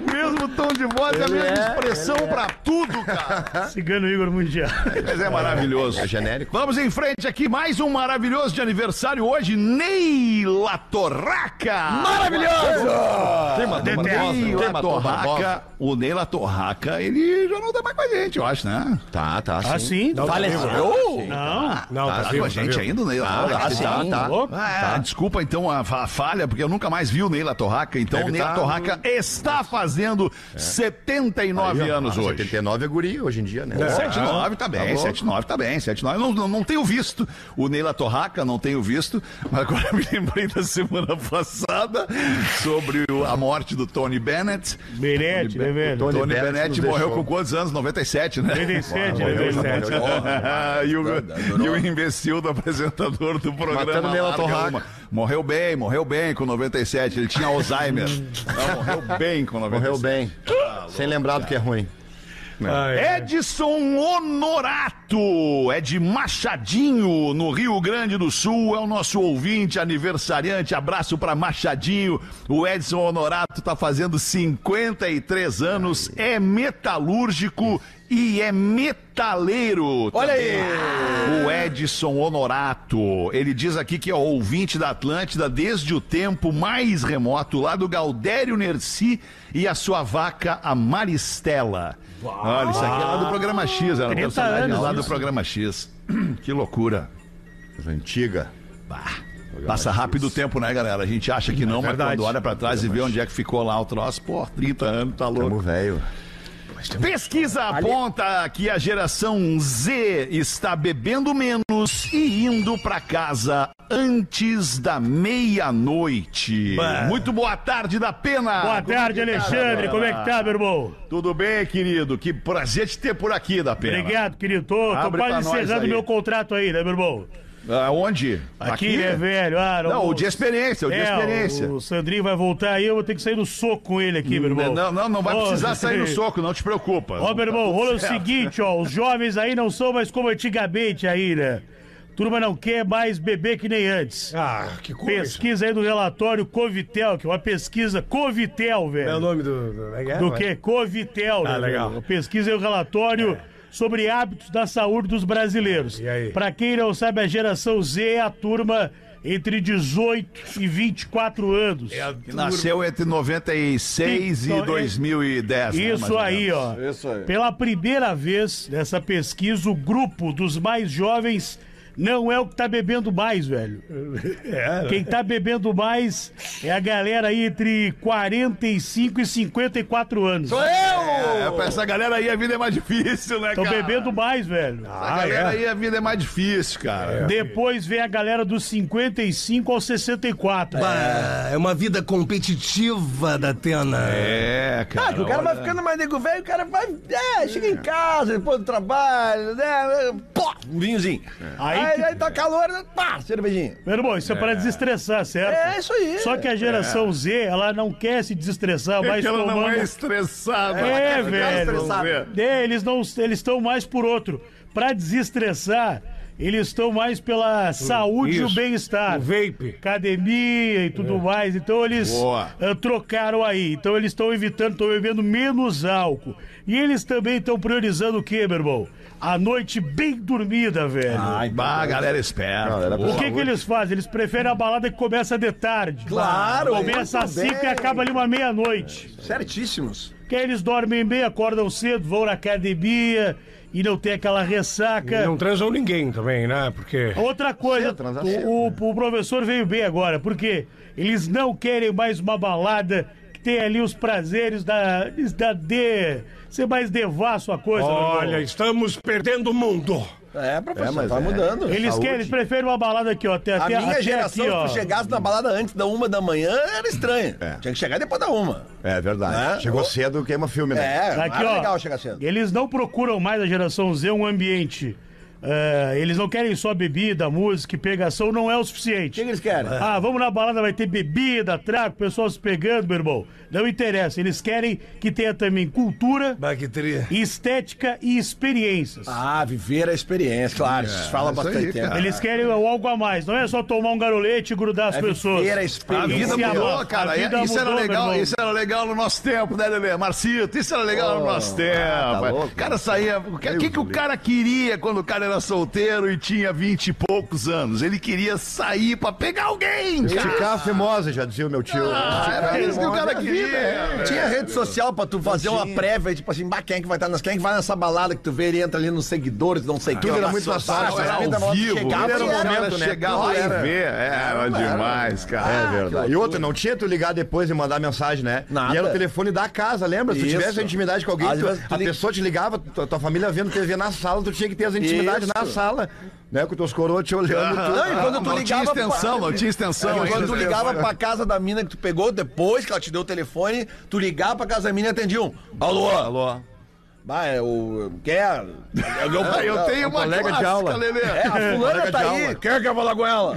mesmo tom de voz, a mesma expressão pra tudo, cara.
Cigano Igor Mundial.
Mas é maravilhoso.
É genérico.
Vamos em frente aqui, mais um maravilhoso de aniversário hoje, Neila Torraca. Ah,
Tema
Neila Torraca, o Neila Torraca, ele já não tá mais com a gente, eu acho, né?
Tá, tá, sim.
Assim, não,
Faleceu?
não.
Não,
Tá, com a gente ainda, o Neila Torraca.
sim,
tá,
Ah, tá.
louco? Ah, Desculpa então a, fa- falha, porque eu nunca mais vi o Neila Torraca, então o Neila
tá É.
Torraca está fazendo 79
Aí, ó,
anos
ah,
hoje.
79 é guri hoje em dia, né?
79 tá bem, 79 tá bem, 79 não, não, não tenho visto o Neila Torraca, não tenho visto, mas agora me lembrei da semana passada sobre o- a morte do Tony Bennett.
Berete, né, velho?
Tony
Tony,
Bennett
Bennett
nos
morreu
deixou.
com quantos anos? 97, né?
97,
Morreu,
97.
morreu.
e, o, e o imbecil do apresentador do programa.
Matando Neila
larga
Torraca.
uma. Morreu bem, morreu bem com 97. Ele tinha Alzheimer. Não, morreu bem com 97.
Morreu bem. Sem lembrar do que é ruim.
Edson Honorato, é de Machadinho, no Rio Grande do Sul, é o nosso ouvinte aniversariante. Abraço pra Machadinho. O Edson Honorato tá fazendo 53 anos, é metalúrgico e é metaleiro. Olha aí! O Edson Honorato, ele diz aqui que é ouvinte da Atlântida desde o tempo mais remoto, lá do Gaudério Nerci e a sua vaca, a Maristela. Olha, isso aqui é lá do programa X, era um
30
personagem
anos,
lá do
isso.
programa X. Que loucura.
Antiga.
Bah. Passa rápido o tempo, né, galera? A gente acha
É
que não, mas quando olha pra trás e vê onde é que ficou lá o troço, pô, 30 anos, tá louco.
Tamo velho.
Pesquisa aponta que a geração Z está bebendo menos e indo para casa antes da meia-noite. Muito boa tarde da Pena. tá,
Boa tarde, Alexandre. Como é que tá, meu irmão?
Tudo bem, querido? Que prazer te ter por aqui da Pena.
Obrigado, querido. Tô, tô
Abre pra
quase
nós
encerrando
aí.
meu contrato aí, né, meu irmão?
Aonde?
Aqui, né, É, velho? Ah,
Não, o de experiência, o de experiência.
O, o Sandrinho vai voltar aí, eu vou ter que sair no soco com ele aqui, meu irmão.
Não, não, não vai
Ó,
precisar sair no soco, não te preocupa.
Ó, meu irmão, rola o seguinte, ó. Os jovens aí não são mais como antigamente aí, né? Turma não quer mais beber que nem antes.
Ah, que coisa.
Pesquisa aí do relatório Covitel, que é uma pesquisa Covitel, velho.
É o nome do... Do, é,
Do
não é?
que? Covitel, né?
Ah, legal. É.
velho? Pesquisa e o relatório sobre hábitos da saúde dos brasileiros.
E aí?
Pra quem não sabe, a geração Z é a turma entre 18 e 24 anos.
É
Que Nasceu entre 96
Então,
e 2010. né, mais
Isso
ou
aí,
menos.
ó. Pela primeira vez nessa pesquisa, o grupo dos mais jovens Não é o que tá bebendo mais, velho. Quem tá bebendo mais é a galera aí entre 45 e 54 anos.
Sou eu! É, pra essa galera aí a vida é mais difícil, né,
Estão
cara?
bebendo Ah, mais, velho.
Essa galera aí a vida é mais difícil, cara.
É. Depois vem a galera dos 55 aos 64.
Ah, É uma vida competitiva da Atena.
Ah,
É, cara.
Ah, o cara vai ficando mais nego velho, o cara vai. É, chega em casa, depois do trabalho, né? Pô, um vinhozinho.
Aí
Aí,
que-
aí, tá calor, né? pá, cervejinha.
Meu irmão, isso é, pra desestressar, certo?
É isso aí.
Só que a geração Z, ela não quer se desestressar mais
ela
tomando.
não é estressada.
É,
Ela quer ficar
velho.
estressada.
É, eles não, eles estão mais por outro. Pra desestressar, eles estão mais pela saúde e o
isso.
bem-estar.
O vape. É.
Academia e tudo mais. Então eles
Boa.
eh, trocaram aí. Então eles estão evitando, estão bebendo menos álcool. E eles também estão priorizando o quê, meu irmão? A noite bem dormida, velho.
Ah,
Bah, galera esperta.
O que, que eles fazem? Eles preferem a balada que começa de tarde.
Claro,
Começa às
muito
5 e
bem. É,
acaba ali uma meia-noite.
Certíssimos.
Que aí eles dormem bem, acordam cedo, vão na academia e não tem aquela ressaca.
Não transam ninguém também, né? Porque.
Outra coisa,
transar cedo,
o,
né?
o- o professor veio bem agora, porque eles não querem mais uma balada que tem ali os prazeres da, da de ser mais devasso a coisa. meu irmão.
Olha, estamos perdendo o mundo.
É, professor, vai mudando.
eles querem, eles preferem uma balada aqui, ó. Até,
A
até,
minha
até
geração,
aqui, ó.
se tu chegasse na balada antes da uma da manhã, era estranho. Tinha que chegar depois da uma.
É verdade.
É.
Chegou cedo, queima filme, né?
É,
Tá Aqui,
não era
ó,
legal chegar cedo.
Eles não procuram mais a geração Z um ambiente. eh, eles não querem só bebida, música e pegação, não é o suficiente.
O que eles querem?
Ah, vamos na balada, vai ter bebida, trago, pessoal se pegando, meu irmão. Não interessa, eles querem que tenha também cultura,
Ah,
Bactria.
estética e experiências.
Ah, é. viver a experiência, claro. É, isso fala bastante né?
aí,
tempo.
cara.
Eles querem algo a mais, não é só tomar um garolete e grudar as pessoas.
É Viver a
A
experiência.
vida
Esse
mudou,
amor,
cara.
a vida
isso
mudou,
era legal,
meu irmão.
isso era legal no nosso tempo, né, Lelê? Marcito, isso era legal no nosso tempo. o cara saía. O que, que, que o cara queria quando o cara era solteiro e tinha vinte e poucos anos? Ele queria sair pra pegar alguém, cara.
Esticar a fimosa, já dizia o meu tio.
Ah, era isso que o cara queria.
é. Tinha rede social pra tu fazer uma prévia, tipo assim, bah, quem é que vai estar nas, quem é que vai nessa balada que tu vê, ele entra ali nos seguidores, não sei o que.
era
uma
muito
sociedade,
fácil,
uma
era
vida
Ao
nova, tu
vivo,
chegava
era o
e era-
momento
né?
chegar lá e
Era.
ver. É, era demais,
É
cara.
verdade. E outra, não tinha tu ligar depois e mandar mensagem, né?
Nada.
E era o telefone da casa, lembra? Se tu
Isso.
tivesse intimidade com alguém,
Às
tu-
vezes tu
a
li-
pessoa te ligava, tua, tua família vendo TV na sala, tu tinha que ter as intimidades
Isso.
na sala, né? Com teus coroas te olhando. tu- Ah,
Não, e quando tu
não tinha
ligava pra- É
extensão, não tinha extensão.
Quando tu
ainda.
ligava pra casa da mina que tu pegou, depois que ela te deu o telefone, tu ligava pra casa da mina e atendia um. Alô?
Alô.
Bah, é o. Quer? É o meu
Ah, eu tenho uma
colega de
clássica,
aula.
Lelê.
É, a fulana
Colega
tá
de
aí.
aula.
Quer que eu falar com ela?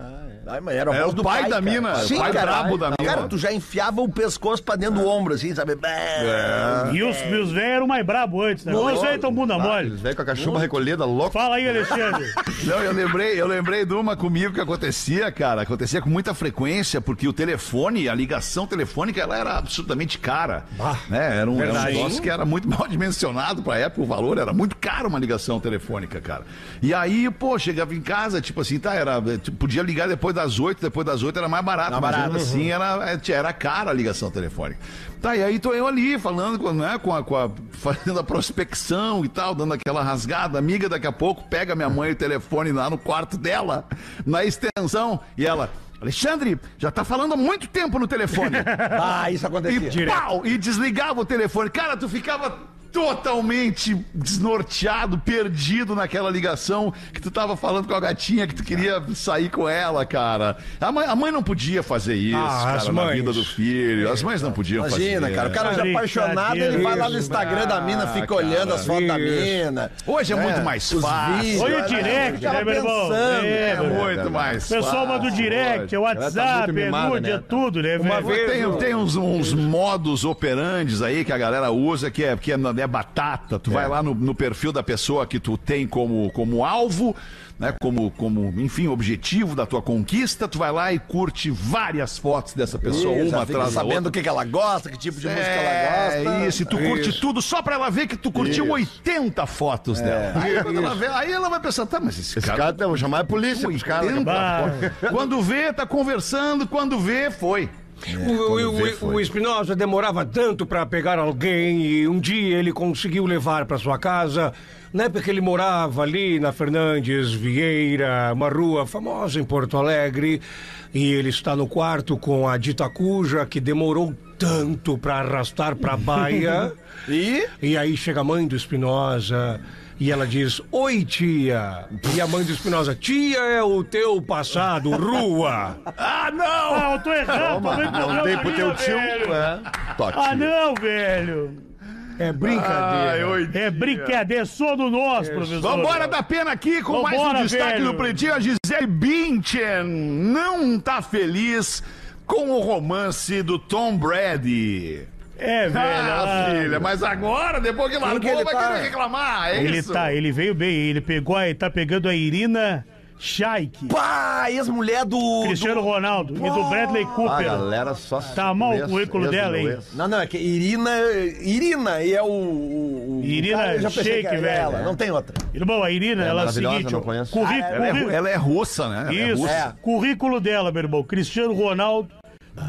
Ah, Ai, mas era a
É,
voz
o
do
pai
pai,
da
cara.
mina, o pai brabo da mina.
Cara, tu já enfiava o pescoço pra dentro do ombro, assim, sabe?
É.
é-
E os meus velhos eram mais brabos antes, né? Os velhos estão bunda
Ah,
mole.
Eles vêm com a cachumba recolhida, louco.
Fala aí, Alexandre.
Não, eu lembrei, eu lembrei de uma comigo que acontecia, cara. Acontecia com muita frequência, porque o telefone, a ligação telefônica, ela era absolutamente cara.
Ah,
né? Era um, era um negócio que era muito mal dimensionado pra época, o valor era muito caro uma ligação telefônica, cara. E aí, pô, chegava em casa, tipo assim, tá, era, tu podia ligar depois das oito, depois das oito era mais barato, mas ainda assim era, era cara a ligação telefônica. Tá, e aí tô eu ali falando com, né, com, a, com a- fazendo a prospecção e tal, dando aquela rasgada, amiga daqui a pouco pega minha mãe o telefone lá no quarto dela, na extensão, e ela, Alexandre, já tá falando há muito tempo no telefone.
Ah, isso acontecia.
E, pau, e desligava o telefone. Cara, tu ficava totalmente desnorteado, perdido naquela ligação que tu tava falando com a gatinha que tu queria sair com ela, cara. A mãe, a mãe não podia fazer isso,
Ah,
cara,
as
na
mães.
vida do filho. As mães não podiam
Imagina,
fazer. né?
cara. O cara já apaixonado, ele vai lá no Instagram da mina, fica
Ah,
olhando as fotos da mina.
Hoje é, muito mais
Os
fácil.
vídeos.
Olha
né?
o direct,
Ficava
né, meu irmão?
pensando.
É,
É
meu irmão.
muito mais fácil.
Pessoal manda o direct, é o WhatsApp, é nude, é tudo, né, velho?
Tem, um, tem uns, uns modos operandes aí que a galera usa que é, que é, é batata. Tu vai lá no, no perfil da pessoa que tu tem como, como alvo, né? Como, como, enfim, objetivo da tua conquista, tu vai lá e curte várias fotos dessa pessoa,
Isso,
uma
ela fica
atrás da
sabendo o
outra.
que, que ela gosta, que tipo de música
É,
ela gosta.
isso, e tu curte tudo só pra ela ver que tu curtiu 80 fotos dela. Aí, quando ela vê- aí ela vai pensar, tá, mas esse,
Esse
cara é
cara, tá- vou chamar a polícia pros caras.
Tenta. Quando vê, tá conversando, quando vê, foi.
o o, o, o Espinosa demorava tanto para pegar alguém e um dia ele conseguiu levar para sua casa. Na época que ele morava ali na Fernandes Vieira, uma rua famosa em Porto Alegre, e ele está no quarto com a dita cuja que demorou tanto para arrastar para a baia.
E?
E aí chega a mãe do Espinosa e ela diz: Oi, tia. E a mãe do Espinosa: Tia é o teu passado, rua.
Ah, não!
Ah, eu tô errado, tô vendo
Não
Ah,
problema
dei pro
aqui,
teu
um
tio.
velho.
É.
Ah, não, velho.
É brincadeira.
Ai, oi,
É brincadeira, sou do nosso, professor.
Vambora da pena aqui com mais um
Vambora,
destaque
velho.
do Pretinho. A Gisele Bündchen não tá feliz com o romance do Tom Brady.
É, velho.
Ah,
ah,
filha, mas agora, depois que largou,
que ele
vai
tá?
querer reclamar, é
ele
isso?
tá, ele veio bem, ele pegou, a- ele tá pegando a Irina Shaik,
Pá, ex-mulher do.
Cristiano Ronaldo e do Bradley
A
Cooper.
Ah, galera só se
Tá mal o
conhece,
currículo
mesmo,
dela, hein?
esse.
Não, não, é que Irina. Irina, e é o. o- o-
Irina
eu já pensei
Shayk,
que era
velho.
Ela, não tem outra.
Irmão, a Irina, ela é o
maravilhosa,
seguinte,
não
ó,
conheço.
currículo,
Ela é, ela é russa, né? Ela é
isso,
russa.
É.
currículo dela, meu irmão, Cristiano Ronaldo,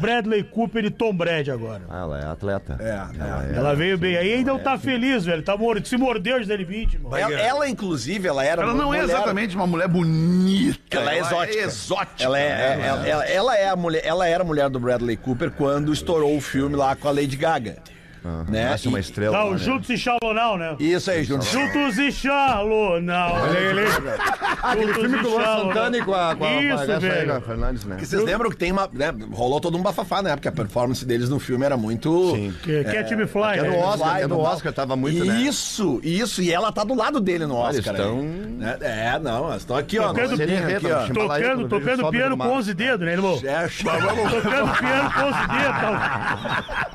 Bradley Cooper e Tom Brady agora.
Ah, Ela é atleta.
É, é.
Ela veio bem aí, ainda não
É,
tá feliz, velho. Tá mor... Se mordeu de dele vítima.
Ela, ela, inclusive, ela era.
Ela
uma
não é
mulher-
exatamente uma mulher bonita.
Ela é exótica.
exótica. né?
Ela, é, é- ela, ela- ela é a mulher, ela era a mulher do Bradley Cooper quando estourou o filme lá com a Lady Gaga. Né?
Nasce uma
E-
estrela. né?
Não, Tá, juntos e xalonal, né?
Isso aí, Júnior.
Juntos e xalonal.
Aquele
Juntos
filme
e
com o Luan
xalonal.
Santana e com a, com a
Isso,
com a-
velho.
com a Fernandes, né?
Que Vocês lembram que tem uma. né, rolou todo um bafafá, né? Porque a performance deles no filme era muito.
Sim.
Que, que é time fly,
é
né?
do Oscar,
Vai,
é do
não dá.
Oscar, tava muito, né?
Isso, isso. E ela tá do lado dele no
Olha,
Oscar.
estão-
aí, né? É, não, elas estão aqui, ó.
Tocando-
no
Seria
aqui,
reta,
ó.
mas-
Tocando, tocando piano com 11 dedos, né, irmão?
É,
Tocando piano com 11 dedos. Tá...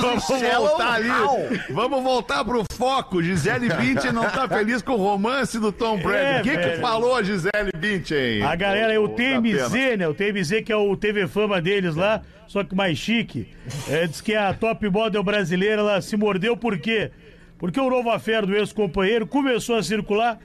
Vamos
Shallow
voltar ali.
Now.
Vamos voltar pro foco. Gisele Bündchen não tá feliz com o romance do Tom Brady.
É,
o que que
velho.
falou a Gisele Bündchen?
A galera, é o
Ô, da pena.
TMZ, né? O TMZ que é o TV Fama deles lá, só que mais chique. É, diz que a top model brasileira, ela se mordeu por quê? Porque o novo affair do ex-companheiro começou a circular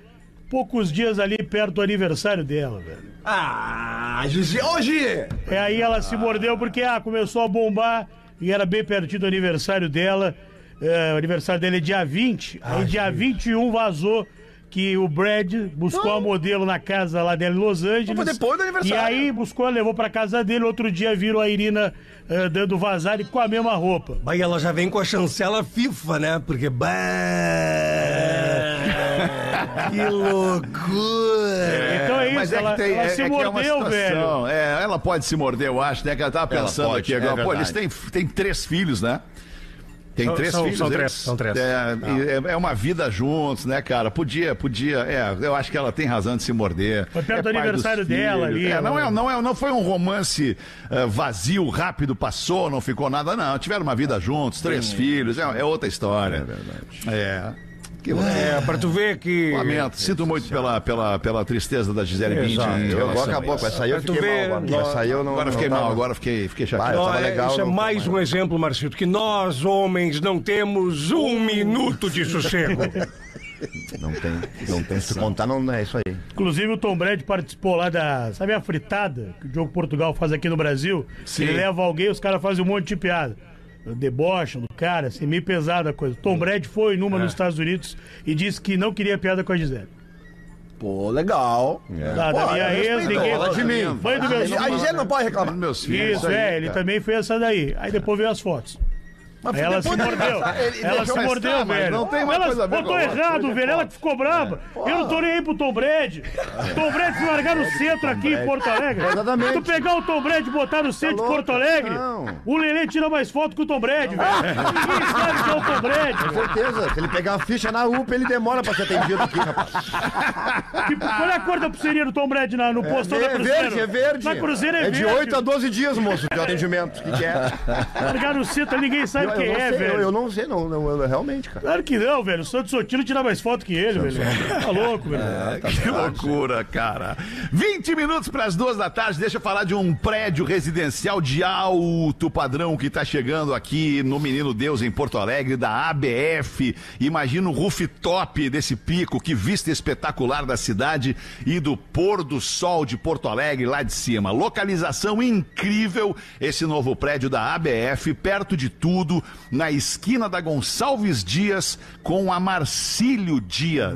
poucos dias ali perto do aniversário dela, velho.
Ah, Gigi, ô Gi!
E É aí ela se mordeu porque, ah, começou a bombar e era bem pertinho do aniversário dela. É, o aniversário dela é dia 20. Aí dia 21 vazou que o Brad buscou a modelo na casa lá dela em Los Angeles.
Mas foi depois do aniversário.
E aí buscou, levou pra casa dele. Outro dia viram a Irina eh, dando vazar e com a mesma roupa.
Aí ela já vem com a chancela FIFA, né? Porque. Bah,
É.
que loucura!
então é isso,
Mas
ela,
é que tem,
ela
é,
se
é que é uma
mordeu, velho.
situação, é, ela pode se morder, eu acho, né? Que ela tava pensando aqui
pode, é
agora. Pô, eles
verdade.
têm, têm três filhos, né? Tem três
são-
filhos.
são
eles-
três, são três.
É, e é- é uma vida juntos, né, cara? Podia, podia. É, eu acho que ela tem razão de se morder.
Foi perto
É
do
pai
aniversário
dos filhos.
dela ali,
É, não,
ela-
é, não, é, não foi um romance eh, vazio, rápido, passou, não ficou nada, não. Tiveram uma vida juntos, três filhos. É, é outra história. É verdade. É. Que
É, pra tu ver que.
Lamento, sinto muito pela, pela, pela tristeza da Gisele
Exato.
Bündchen. em
É, Eu
relação
agora acabou
a
com
isso.
essa aí, eu
Pra tu
fiquei
ver,
mal. agora.
nós-
Essa aí eu não.
Agora eu fiquei
não
mal,
tava-
agora eu fiquei, fiquei
Ah,
chateado.
tava
Ó, é-
legal,
isso é
não
mais um exemplo, Marcito, que nós, homens, não temos um minuto de sossego.
Não tem, não tem. Se tu contar, não é isso aí.
Inclusive o Tom Brady participou lá da. Sabe a fritada que o Diogo Portugal faz aqui no Brasil? Ele leva alguém, os caras fazem um monte de piada. Debocham do cara, assim, meio pesada a coisa.
Hum.
Tom Brady foi numa
É.
nos Estados Unidos e disse que não queria piada com a Gisele.
Pô, legal.
É.
Da, da
Pô,
minha
eu
ex,
respeito.
ninguém.
Fala de
mim.
Mãe do meu
A Gi- A Gisele não pode reclamar.
Meus filhos.
Isso, é, ele também fez essa daí. Aí depois veio as fotos.
Mas
Ela se
depois do
mordeu.
aniversário, ele- ele
Ela
deixou-
se mordeu,
mas
velho.
não tem uma
ela
coisa a ver com a
botou
outra.
errado, velho. Ela que ficou brava. Eu não tô nem aí pro Tom Brady. Tom Brady se largar no centro aqui em Porto Alegre.
Exatamente.
Tu pegar o Tom Brady e botar no centro de
louco?
Porto Alegre,
Não.
o Lelê tira mais foto que o Tom Brady, velho. Ninguém sabe que é o Tom Brady.
Certeza, se ele pegar a ficha na UPA, ele demora pra ser atendido aqui, rapaz.
Que- qual é a cor da pulseirinha do Tom Brady na- no postão da
É
Cruzeiro?
verde, é verde.
Na Cruzeiro é,
É
verde.
de 8 a 12 dias, moço, de atendimento. O que, que é?
Largar no centro, ninguém
E
sabe que
eu não
é,
sei,
velho.
Eu, eu não sei, não, não, eu- realmente, cara.
Claro que não, velho. O Santos Sotilo tira mais foto que ele, velho. Tá louco, velho.
Que loucura, cara. 20 minutos para as duas da tarde. Deixa eu falar de um prédio residencial de alto padrão que está chegando aqui no Menino Deus, em Porto Alegre, da ABF. Imagina o rooftop desse pico, que vista espetacular da cidade e do pôr do sol de Porto Alegre lá de cima. Localização incrível, esse novo prédio da ABF, perto de tudo, na esquina da Gonçalves Dias com a Marcílio Dias.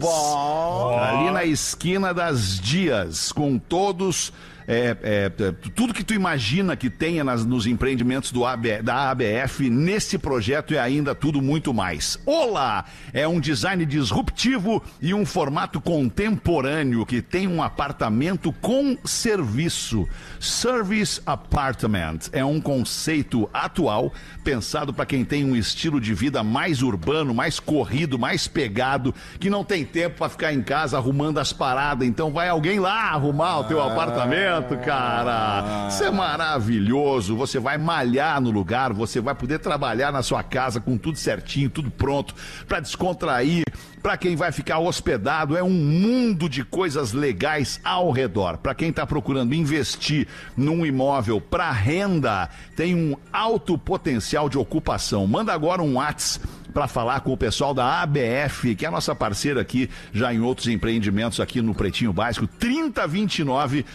Ali na esquina das Dias, com todos. é, é, é, tudo que tu imagina que tenha nas- nos empreendimentos do AB da ABF nesse projeto e ainda tudo muito mais. Olá! É um design disruptivo e um formato contemporâneo que tem um apartamento com serviço. Service Apartment é um conceito atual pensado para quem tem um estilo de vida mais urbano, mais corrido, mais pegado, que não tem tempo para ficar em casa arrumando as paradas. Então vai alguém lá arrumar o teu apartamento, cara. Isso é maravilhoso. Você vai malhar no lugar, você vai poder trabalhar na sua casa com tudo certinho, tudo pronto para descontrair. Para quem vai ficar hospedado, é um mundo de coisas legais ao redor. Para quem está procurando investir num imóvel para renda, tem um alto potencial de ocupação. Manda agora um WhatsApp para falar com o pessoal da ABF, que é a nossa parceira aqui, já em outros empreendimentos aqui no Pretinho Básico, 3029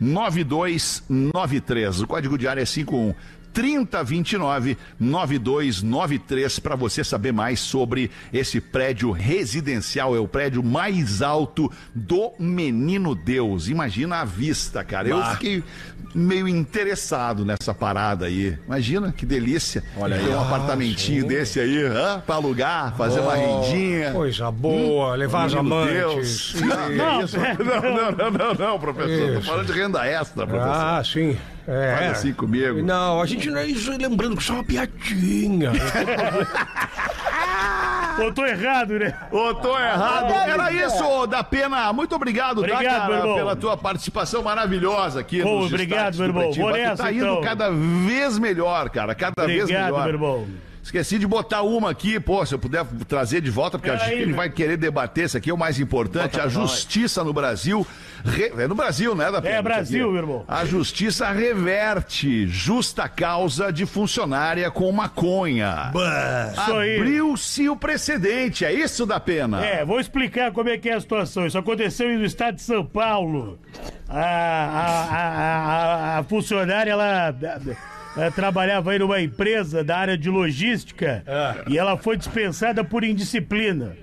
9293. O código de área é 51 3029 9293 para você saber mais sobre esse prédio residencial, é o prédio mais alto do Menino Deus. Imagina a vista, cara. Eu fiquei meio interessado nessa parada aí. Imagina que delícia. Olha aí, um apartamentinho desse aí, hã? Para alugar, fazer uma rendinha.
Coisa boa, levar as
Menino
amantes.
Um Deus. Não, não, não, não, não, professor. Tô falando de renda extra, professor.
Ah, sim. É.
Faz assim comigo.
Não, a gente não é isso, lembrando que isso é uma piadinha.
Ah.
Eu tô errado, né?
Ô, tô errado. Era isso, ô, da pena. Muito obrigado,
Obrigado,
tá,
meu
cara,
irmão.
pela tua participação maravilhosa aqui.
Pô,
nos
obrigado,
destaques
meu
do
irmão.
Pretinho.
Vou
Mas tu tá
nessa,
indo
então.
cada vez melhor, cara. Cada vez
Obrigado,
melhor.
meu irmão.
Esqueci de botar uma aqui, pô, se eu puder trazer de volta, porque acho
Peraí, né?
que ele
meu.
vai querer debater isso aqui, é o mais importante. A justiça no Brasil. re- É no Brasil, né, da Pena, isso
Brasil,
aqui.
meu irmão.
A justiça reverte justa causa de funcionária com maconha.
Isso aí.
Abriu-se o precedente, é isso da pena?
É, vou explicar como é que é a situação. Isso aconteceu no estado de São Paulo. A, a- a- a- a funcionária, ela. eh, trabalhava aí numa empresa da área de logística e ela foi dispensada por indisciplina.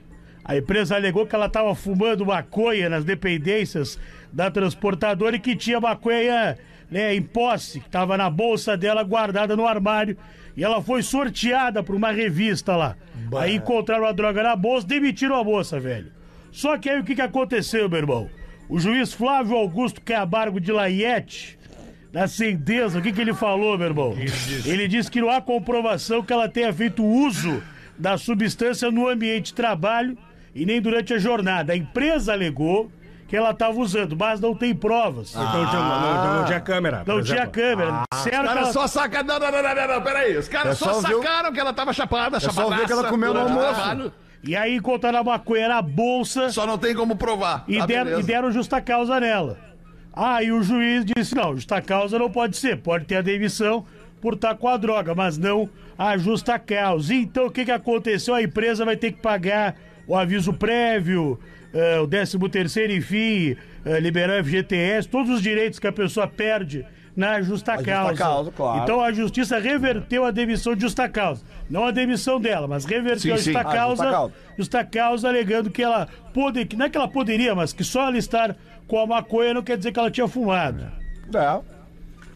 A empresa alegou que ela estava fumando maconha nas dependências da transportadora e que tinha maconha né, em posse, que estava na bolsa dela guardada no armário. E ela foi sorteada por uma revista lá. Aí encontraram a droga na bolsa, demitiram a moça, velho. Só que aí o que, que aconteceu, meu irmão? O juiz Flávio Augusto Cabargo de Laiete, na sentença, o que, que ele falou, meu irmão? Ele disse. que não há comprovação que ela tenha feito uso da substância no ambiente de trabalho e nem durante a jornada. A empresa alegou que ela estava usando, mas não tem provas.
Então, tinha- não, então não tinha câmera. por
não tinha
exemplo.
câmera. Disseram que ela...
só sacaram. Não, não, não, não, não, não, peraí. Os caras
É só ver o-
que ela tava chapada, é
só ver que ela comeu no almoço.
E aí encontraram a maconha na bolsa
Só não tem como provar.
e,
Tá,
deram,
beleza.
e deram justa causa nela. Aí o juiz disse: não, justa causa não pode ser, pode ter a demissão por estar com a droga, mas não a justa causa. Então o que, que aconteceu? A empresa vai ter que pagar o aviso prévio, eh, o 13 terceiro, enfim, eh, liberar FGTS, todos os direitos que a pessoa perde na justa causa.
causa, claro.
Então a justiça reverteu a demissão de justa causa. Não a demissão dela, mas reverteu
Sim,
a
sim.
justa
Ah, justa
causa
causa.
justa causa alegando que ela pode, que não é que ela poderia, mas que só ela estar com a maconha não quer dizer que ela tinha fumado.
É,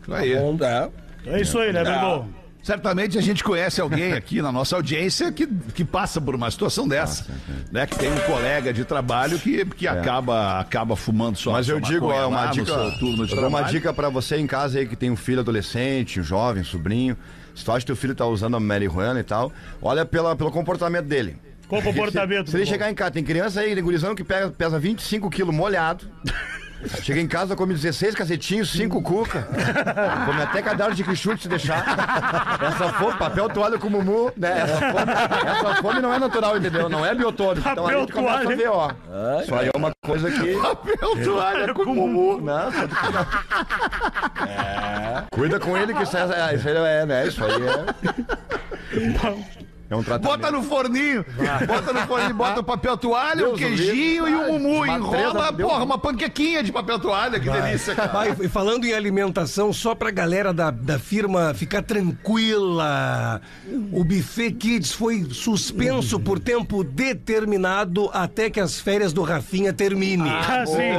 Isso aí.
bom, é.
É isso aí, né, meu irmão?
Certamente a gente conhece alguém aqui na nossa audiência que, que passa por uma situação dessa. né? Que tem um colega de trabalho que, que acaba, acaba fumando só
É. Mas eu
só
digo,
maconha
é uma
lá no
dica,
seu turno de
eu dou uma
trabalho.
dica para você em casa aí que tem um filho adolescente, um jovem, um sobrinho. Se tu acha que teu filho tá usando a marihuana e tal, olha pela, pelo comportamento dele.
Qual o comportamento?
Se ele
meu irmão?
chegar em casa, tem criança aí, tem gurizão que pega, pesa 25 quilos molhado. Cheguei em casa, comi 16 cacetinhos, 5 cuca. Comi até cadáver de quichute se deixar. Essa fome, papel toalha com mumu, né? Essa fome, essa fome não é natural, entendeu? Não é biotônico. Então aí
Papel
tu começa a
toalha.
ver, ó. Isso aí é uma coisa que...
Papel toalha com mumu.
Não, só de cuidar. Cuida com ele que isso é, isso aí é, né? Isso aí é... É um tratamento.
Bota no forninho, bota no forninho, bota o papel toalha, o
um
Deus do
queijinho e o mumu,
Uma um-
enrola,
treza, Deus
porra, uma panquequinha de papel toalha, que delícia, cara.
Vai, e falando em alimentação, só pra galera da, da firma ficar tranquila, o Buffet Kids foi suspenso por tempo determinado até que as férias do Rafinha termine.
Ah, sim.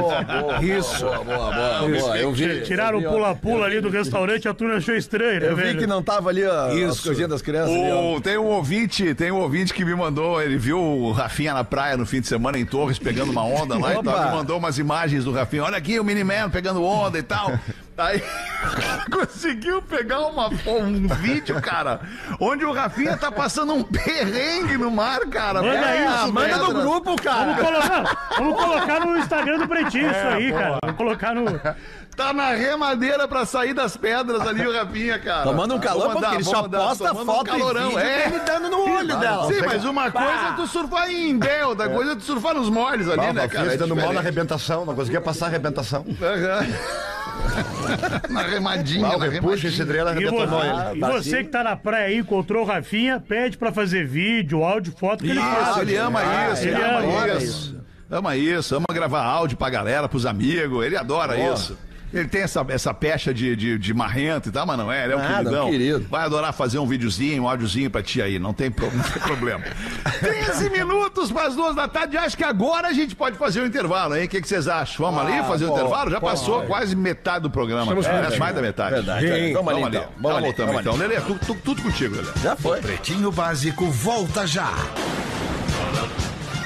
Isso.
Boa, boa, boa, boa. Eu vi.
Tiraram o pula-pula ali do restaurante, a turma achou estranho, né,
Eu vi
velho?
que não tava ali ó, as
Isso.
coisinhas das crianças. ali, ó.
O- tem um ouvinte, tem um ouvinte que me mandou, ele viu o Rafinha na praia no fim de semana em Torres pegando uma onda lá e
Opa!
tal, me mandou umas imagens do Rafinha. Olha aqui o Miniman pegando onda e tal. Aí conseguiu pegar uma, um vídeo, cara, onde o Rafinha tá passando um perrengue no mar, cara.
Manda isso,
manda no grupo.
Vamos colocar, vamos colocar no Instagram do Pretinho isso aí, cara. Vamos colocar no...
Tá na remadeira pra sair das pedras ali o Rafinha, cara.
Tomando um
Vou
calor,
mandar,
porque ele
vou
só
mandar,
posta
tomando
foto e
calorão,
vídeo
é.
dele dando no olho dela.
Sim, mas uma coisa é tu surfar em Bel, outra coisa é tu surfar nos moles ali,
Ah,
né,
mas
cara? É
fiz dando mal na
diferente.
arrebentação, não conseguia passar a arrebentação.
Aham. na remadinha, na
Ah, puxa,
remadinha.
esse drelo
E
arrebentou
você, e você que tá na praia aí, encontrou o Rafinha, pede pra fazer vídeo, áudio, foto, que ele
Isso,
Ah,
faz.
ele ama isso, ele,
ele
ama,
adora
isso. Ama isso, ama gravar áudio pra galera, pros amigos, ele adora isso. Ele tem essa, essa pecha de, de, de marrento e tal, mas não é, ele é um
Nada,
queridão.
um querido.
Vai adorar fazer um videozinho, um áudiozinho pra ti aí, não tem, pro- não tem problema. 13 minutos pras duas da tarde, acho que agora a gente pode fazer o intervalo, hein? O que que vocês acham? Vamos
Ah,
ali fazer o intervalo? Já passou quase metade do programa, cara, mais da metade.
Verdade.
Gente,
Vamos ali,
ali,
então. Vamos
tá
ali,
voltando,
vamos
então.
ali.
Lelê, tu- tu- tudo contigo, Lelê.
Já foi.
Pretinho Básico volta já.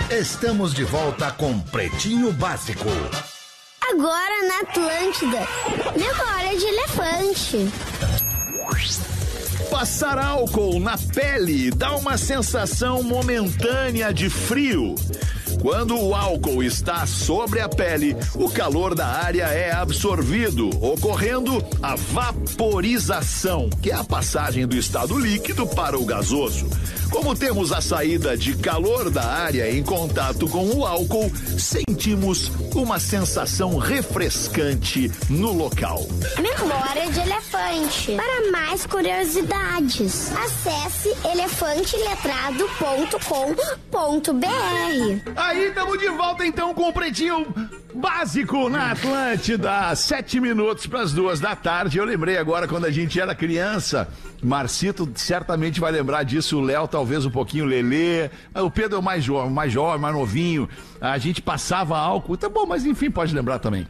Estamos de volta com Pretinho Básico.
Agora na Atlântida. Memória de elefante.
Passar álcool na pele dá uma sensação momentânea de frio. Quando o álcool está sobre a pele, o calor da área é absorvido, ocorrendo a vaporização, que é a passagem do estado líquido para o gasoso. Como temos a saída de calor da área em contato com o álcool, sentimos uma sensação refrescante no local.
Memória de elefante. Para mais curiosidades, acesse elefanteletrado.com.br.
Aí estamos de volta então com o Pretinho Básico na Atlântida.
Sete minutos para as duas da tarde. Eu lembrei agora quando a gente era criança. Marcito certamente vai lembrar disso. O Léo, talvez um pouquinho, Lelê. Ah, O Pedro é o mais jovem, mais jovem, mais novinho. A gente passava álcool. Tá bom, mas enfim, pode lembrar também.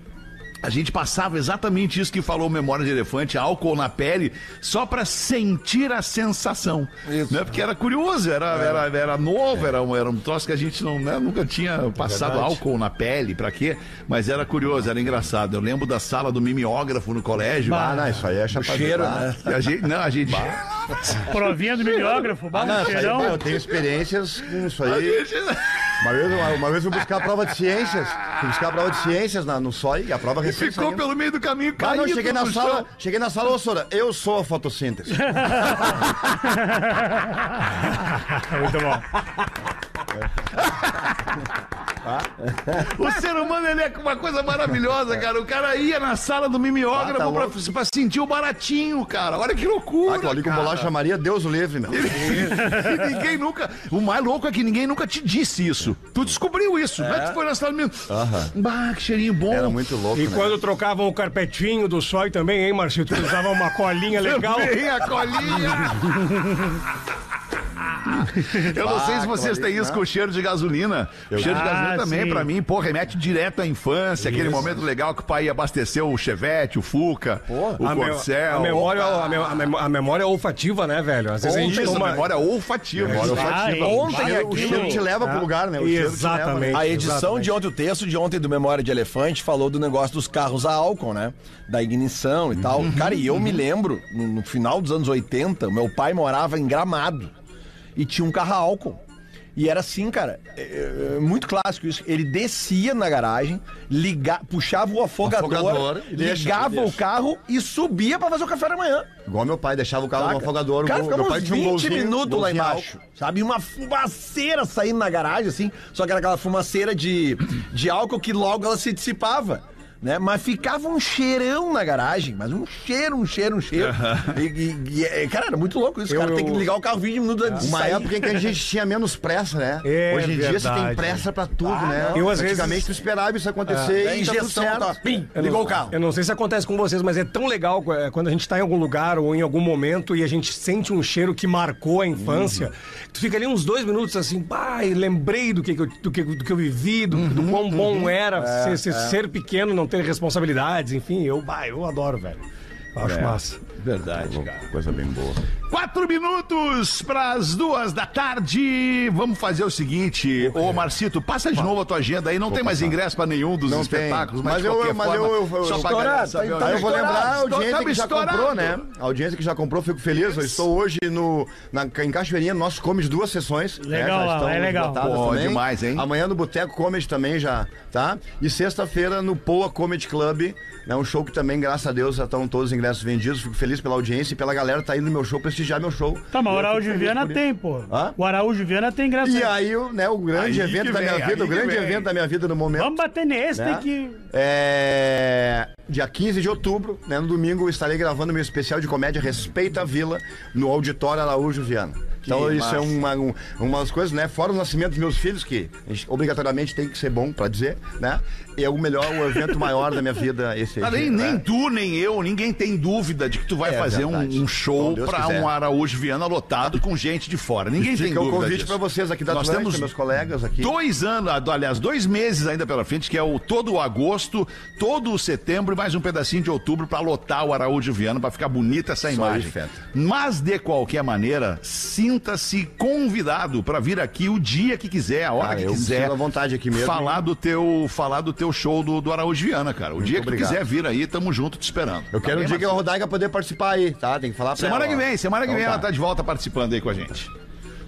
A gente passava exatamente isso que falou Memória de Elefante, álcool na pele, só para sentir a sensação. Né? Porque era curioso, era,
É.
era, era novo, era, um, era um troço que a gente não, né, nunca tinha passado álcool na pele, para quê? Mas era curioso, era engraçado. Eu lembro da sala do mimeógrafo no colégio.
Ah, não, isso aí é chapa
Cheiro,
Ah,
né?
E a gente, não, a gente.
Provinha do mimeógrafo,
Ah, não,
barra
isso aí, é
cheirão.
eu tenho experiências com isso aí. Uma vez, uma, uma vez eu fui buscar a prova de ciências. Fui buscar a prova de ciências na- no SOI e a prova recente.
Ficou
saindo.
pelo meio do caminho,
Ah,
caiu.
não, cheguei na sala, cheguei na sala, ô Sora, eu sou a fotossíntese.
Muito bom.
O ser humano ele é uma coisa maravilhosa, cara. O cara ia na sala do mimeógrafo
Ah, tá
pra,
louco.
pra sentir o baratinho, cara. Olha que loucura.
Ah, ali com
cara.
bolacha Maria, Deus o livre, meu.
E ninguém nunca. O mais louco é que ninguém nunca te disse isso. Tu descobriu isso. Não é que tu foi na sala do mimeógrafo. Bah, que cheirinho bom.
Era muito louco,
E
né?
quando trocavam o carpetinho do sói também, hein, Marcito? Usava uma colinha legal.
Também a colinha. Eu não sei se vocês têm isso com o cheiro de gasolina. O cheiro de
Ah,
gasolina também,
sim.
pra mim, pô, remete direto à infância, aquele momento legal que o pai abasteceu o Chevette, o Fuca, o
a, me-
Corcel.
a memória, a, me- a mem- a memória olfativa, né, velho? Às vezes a gente
Isso,
toma-
memória olfativa.
Ah,
é.
hein?
Ontem
O
aqui
cheiro te leva pro lugar, né? O cheiro te leva, né?
Exatamente.
A edição
exatamente.
de ontem, o texto de ontem do Memória de Elefante falou do negócio dos carros a álcool, né? Da ignição e tal. Cara, e eu me lembro, no, no final dos anos 80, o meu pai morava em Gramado e tinha um carro a álcool. E era assim, cara, é, é, muito clássico isso. Ele descia na garagem, liga, puxava o afogador,
Afogador, deixa,
ligava
deixa.
o carro e subia pra fazer o café da manhã.
Igual meu pai, deixava o carro
Saca?
Tá no afogador. o
Cara,
gol-
ficava
meu pai
uns
tinha um
20
golzinho,
minutos lá
golzinho
embaixo.
alto.
Sabe? Uma fumaceira saindo na garagem, assim. Só que era aquela fumaceira de, de álcool que logo ela se dissipava. Né? Mas ficava um cheirão na garagem, mas um cheiro, um cheiro, um cheiro. E, e- e, é, cara, era muito louco isso. O cara tem que ligar o carro 20 minutos antes de
Uma
sair.
época em que a gente tinha menos pressa, né?
É
Hoje em dia você tem
verdade.
pressa pra tudo,
Ah,
né?
Eu, às
Antigamente
vezes-
tu esperava isso acontecer
É,
e tá tudo
injeção,
certo.
tá, pim,
Eu
ligou
não-
o carro.
Eu não sei se acontece com vocês, mas é tão legal é, quando a gente tá em algum lugar ou em algum momento e a gente sente um cheiro que marcou a infância.
Uhum.
Tu fica ali uns dois minutos assim, pai, lembrei do que, que eu, do, que, do que eu vivi, do, do
Uhum,
quão bom era
É,
ser, ser, ser pequeno, não ter responsabilidades, enfim, eu, bah, eu adoro, velho. Eu
É.
Acho massa.
Verdade, cara. Coisa bem boa.
Quatro minutos para as duas da tarde. Vamos fazer o seguinte, ô Marcito, passa de novo a tua agenda aí. Não tem mais ingresso para nenhum dos
Não tem.
espetáculos, mas,
Mas
de
eu-
qualquer
mas
forma,
eu- eu- eu-
só pra
estourado,
galera saber onde
Aí
é
eu
que
vou
tá.
lembrar a
Estourado,
audiência que já
estourado.
comprou, né? A audiência que já comprou, eu fico feliz. Eu estou hoje no, na, em Cachoeirinha, no nosso comedy duas sessões.
Legal
né?
lá, é legal.
esgotadas
Pô,
também.
demais, hein?
Amanhã no Boteco Comedy também já, tá? E sexta-feira no Poa Comedy Club. É um show que também, graças a Deus, já estão todos os ingressos vendidos. Fico feliz pela audiência e pela galera que tá indo no meu show prestigiar meu show.
Tá, mas o
Eu fico
Araújo
feliz
Viana
por isso.
tem, pô.
Hã?
O Araújo Viana tem graça.
E aí, o- né, o grande
Aí que
evento da
vem,
minha vida, o
aí que
grande
vem.
evento da minha vida no momento.
Vamos bater nesse,
né?
tem que.
É, Dia 15 de outubro, né? No domingo, eu estarei gravando meu especial de comédia Respeita a Vila no Auditório Araújo Viana. Então, isso é uma, um, umas coisas, né? Fora o nascimento dos meus filhos, que a gente obrigatoriamente tem que ser bom pra dizer, né? É o melhor, o evento maior da minha vida esse
Cara, Ah, nem,
né?
nem tu, nem eu, ninguém tem dúvida de que tu vai
É
fazer um,
verdade.
um show
Bom, Deus
pra
quiser.
um Araújo Viana lotado com gente de fora. Ninguém tem
Fica
dúvida
o convite
disso.
pra vocês aqui da
Nós
Atlântida,
temos
meus colegas aqui.
Dois anos, ado- aliás, dois meses ainda pela frente, que é o todo o agosto, todo o setembro e mais um pedacinho de outubro pra lotar o Araújo Viana, pra ficar bonita essa imagem.
feta.
Mas, de qualquer maneira, sinta-se convidado pra vir aqui o dia que quiser, a hora
Cara,
que
Ah, eu me
quiser.
sinto à vontade aqui mesmo,
Falar do teu, falar do teu show do, do Araújo Viana, cara. O dia que tu
obrigado.
quiser vir aí, tamo junto te esperando. Tá
Eu quero um dia que a Rodaica poder participar aí, tá? Tem que falar pra
Semana
ela,
que
ó.
vem, semana que
Então
vem
tá.
ela tá de volta participando aí com a gente.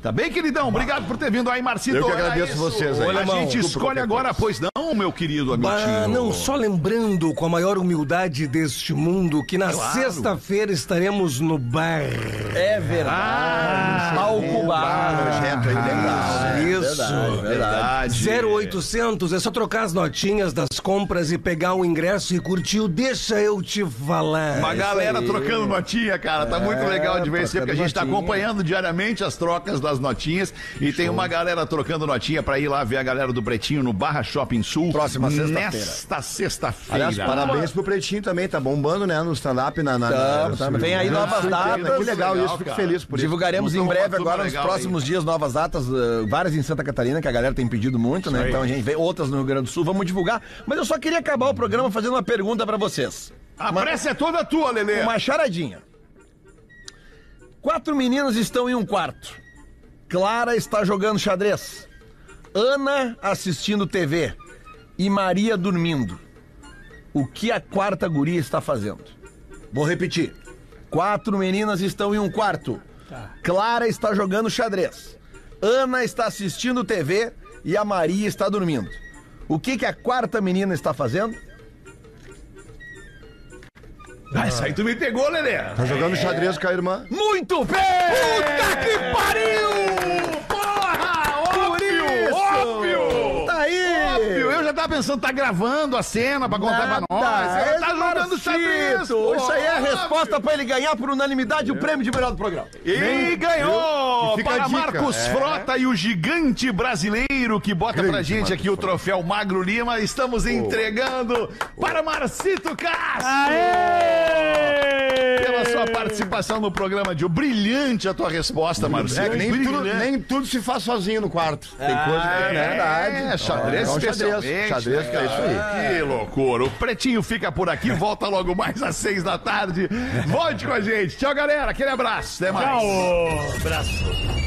Tá bem, queridão? Obrigado por ter vindo aí, Marcito.
Eu que
Era
agradeço
isso.
vocês aí.
A
Alemão,
gente
desculpa
escolhe
qualquer
agora, pois não, meu querido amigo.
Bah, Ah, não, só lembrando com a maior humildade deste mundo que na sexta-feira estaremos no bar. Ah,
É verdade. Palco bar.
Projeto Tá,
Ah,
aí legal. É
Isso.
é Verdade.
0800, é só trocar as notinhas das compras e pegar o ingresso e curtir o Deixa Eu Te Falar.
Uma galera trocando notinha, cara. Tá muito legal de ver isso, porque a gente tá acompanhando diariamente as trocas das notinhas. E tem uma galera trocando notinha pra ir lá ver a galera do Pretinho no Barra Shopping Sul.
Próxima sexta-feira.
Nesta
Aliás,
sexta-feira.
parabéns pro Pretinho também, tá bombando, né? No stand-up, na... na
Tá,
na-
tá, vem aí
Sul,
novas
Sul,
datas.
Que legal isso, fico
cara.
feliz por isso.
Divulgaremos
Muito
em
bom,
breve,
tudo
agora nos
legal
próximos dias, novas datas, eh, várias em Santa Catarina, que a galera tem pedido muito, né? Então a gente vê outras no Rio Grande do Sul, vamos divulgar. Mas eu só queria acabar o programa fazendo uma pergunta pra vocês.
A pressa é toda tua, Lelê.
Uma charadinha. Quatro meninas estão em um quarto. Clara está jogando xadrez. Ana assistindo TV. E Maria dormindo. O que a quarta guria está fazendo? Vou repetir. Quatro meninas estão em um quarto.
Tá.
Clara está jogando xadrez. Ana está assistindo TV e a Maria está dormindo. O que, que a quarta menina está fazendo?
Ah, isso aí tu me pegou, Lelê.
Tá jogando xadrez com a irmã.
Muito bem! Puta que pariu! Porra! Óbvio!
Ah, Óbvio!
Tá aí!
Eu já tava pensando, tá gravando a cena pra contar
Nada,
pra nós.
é
Ela tá jogando xadrez. pô.
Isso aí é a resposta pra ele ganhar por unanimidade o prêmio de melhor do programa.
E ganhou!
E fica a
para
dica,
Marcos
é.
Frota e o gigante brasileiro que bota pra gente aqui o troféu Magro Lima. Estamos entregando para Marcito Castro!
Aê!
Pela sua participação no programa de hoje. Brilhante a tua resposta, Marcito.
É, que nem, tudo,
Brilhante.
nem tudo se faz sozinho no quarto. Tem coisa
Ah,
que é verdade.
É, xadrez
É um
especialmente. né,
xadrez. Xadrez que é isso aí.
aí. Que loucura. O Pretinho fica por aqui, volta logo mais às seis da tarde. Volte com a gente. Tchau, galera. Aquele abraço. Até mais.
Tchau! Abraço.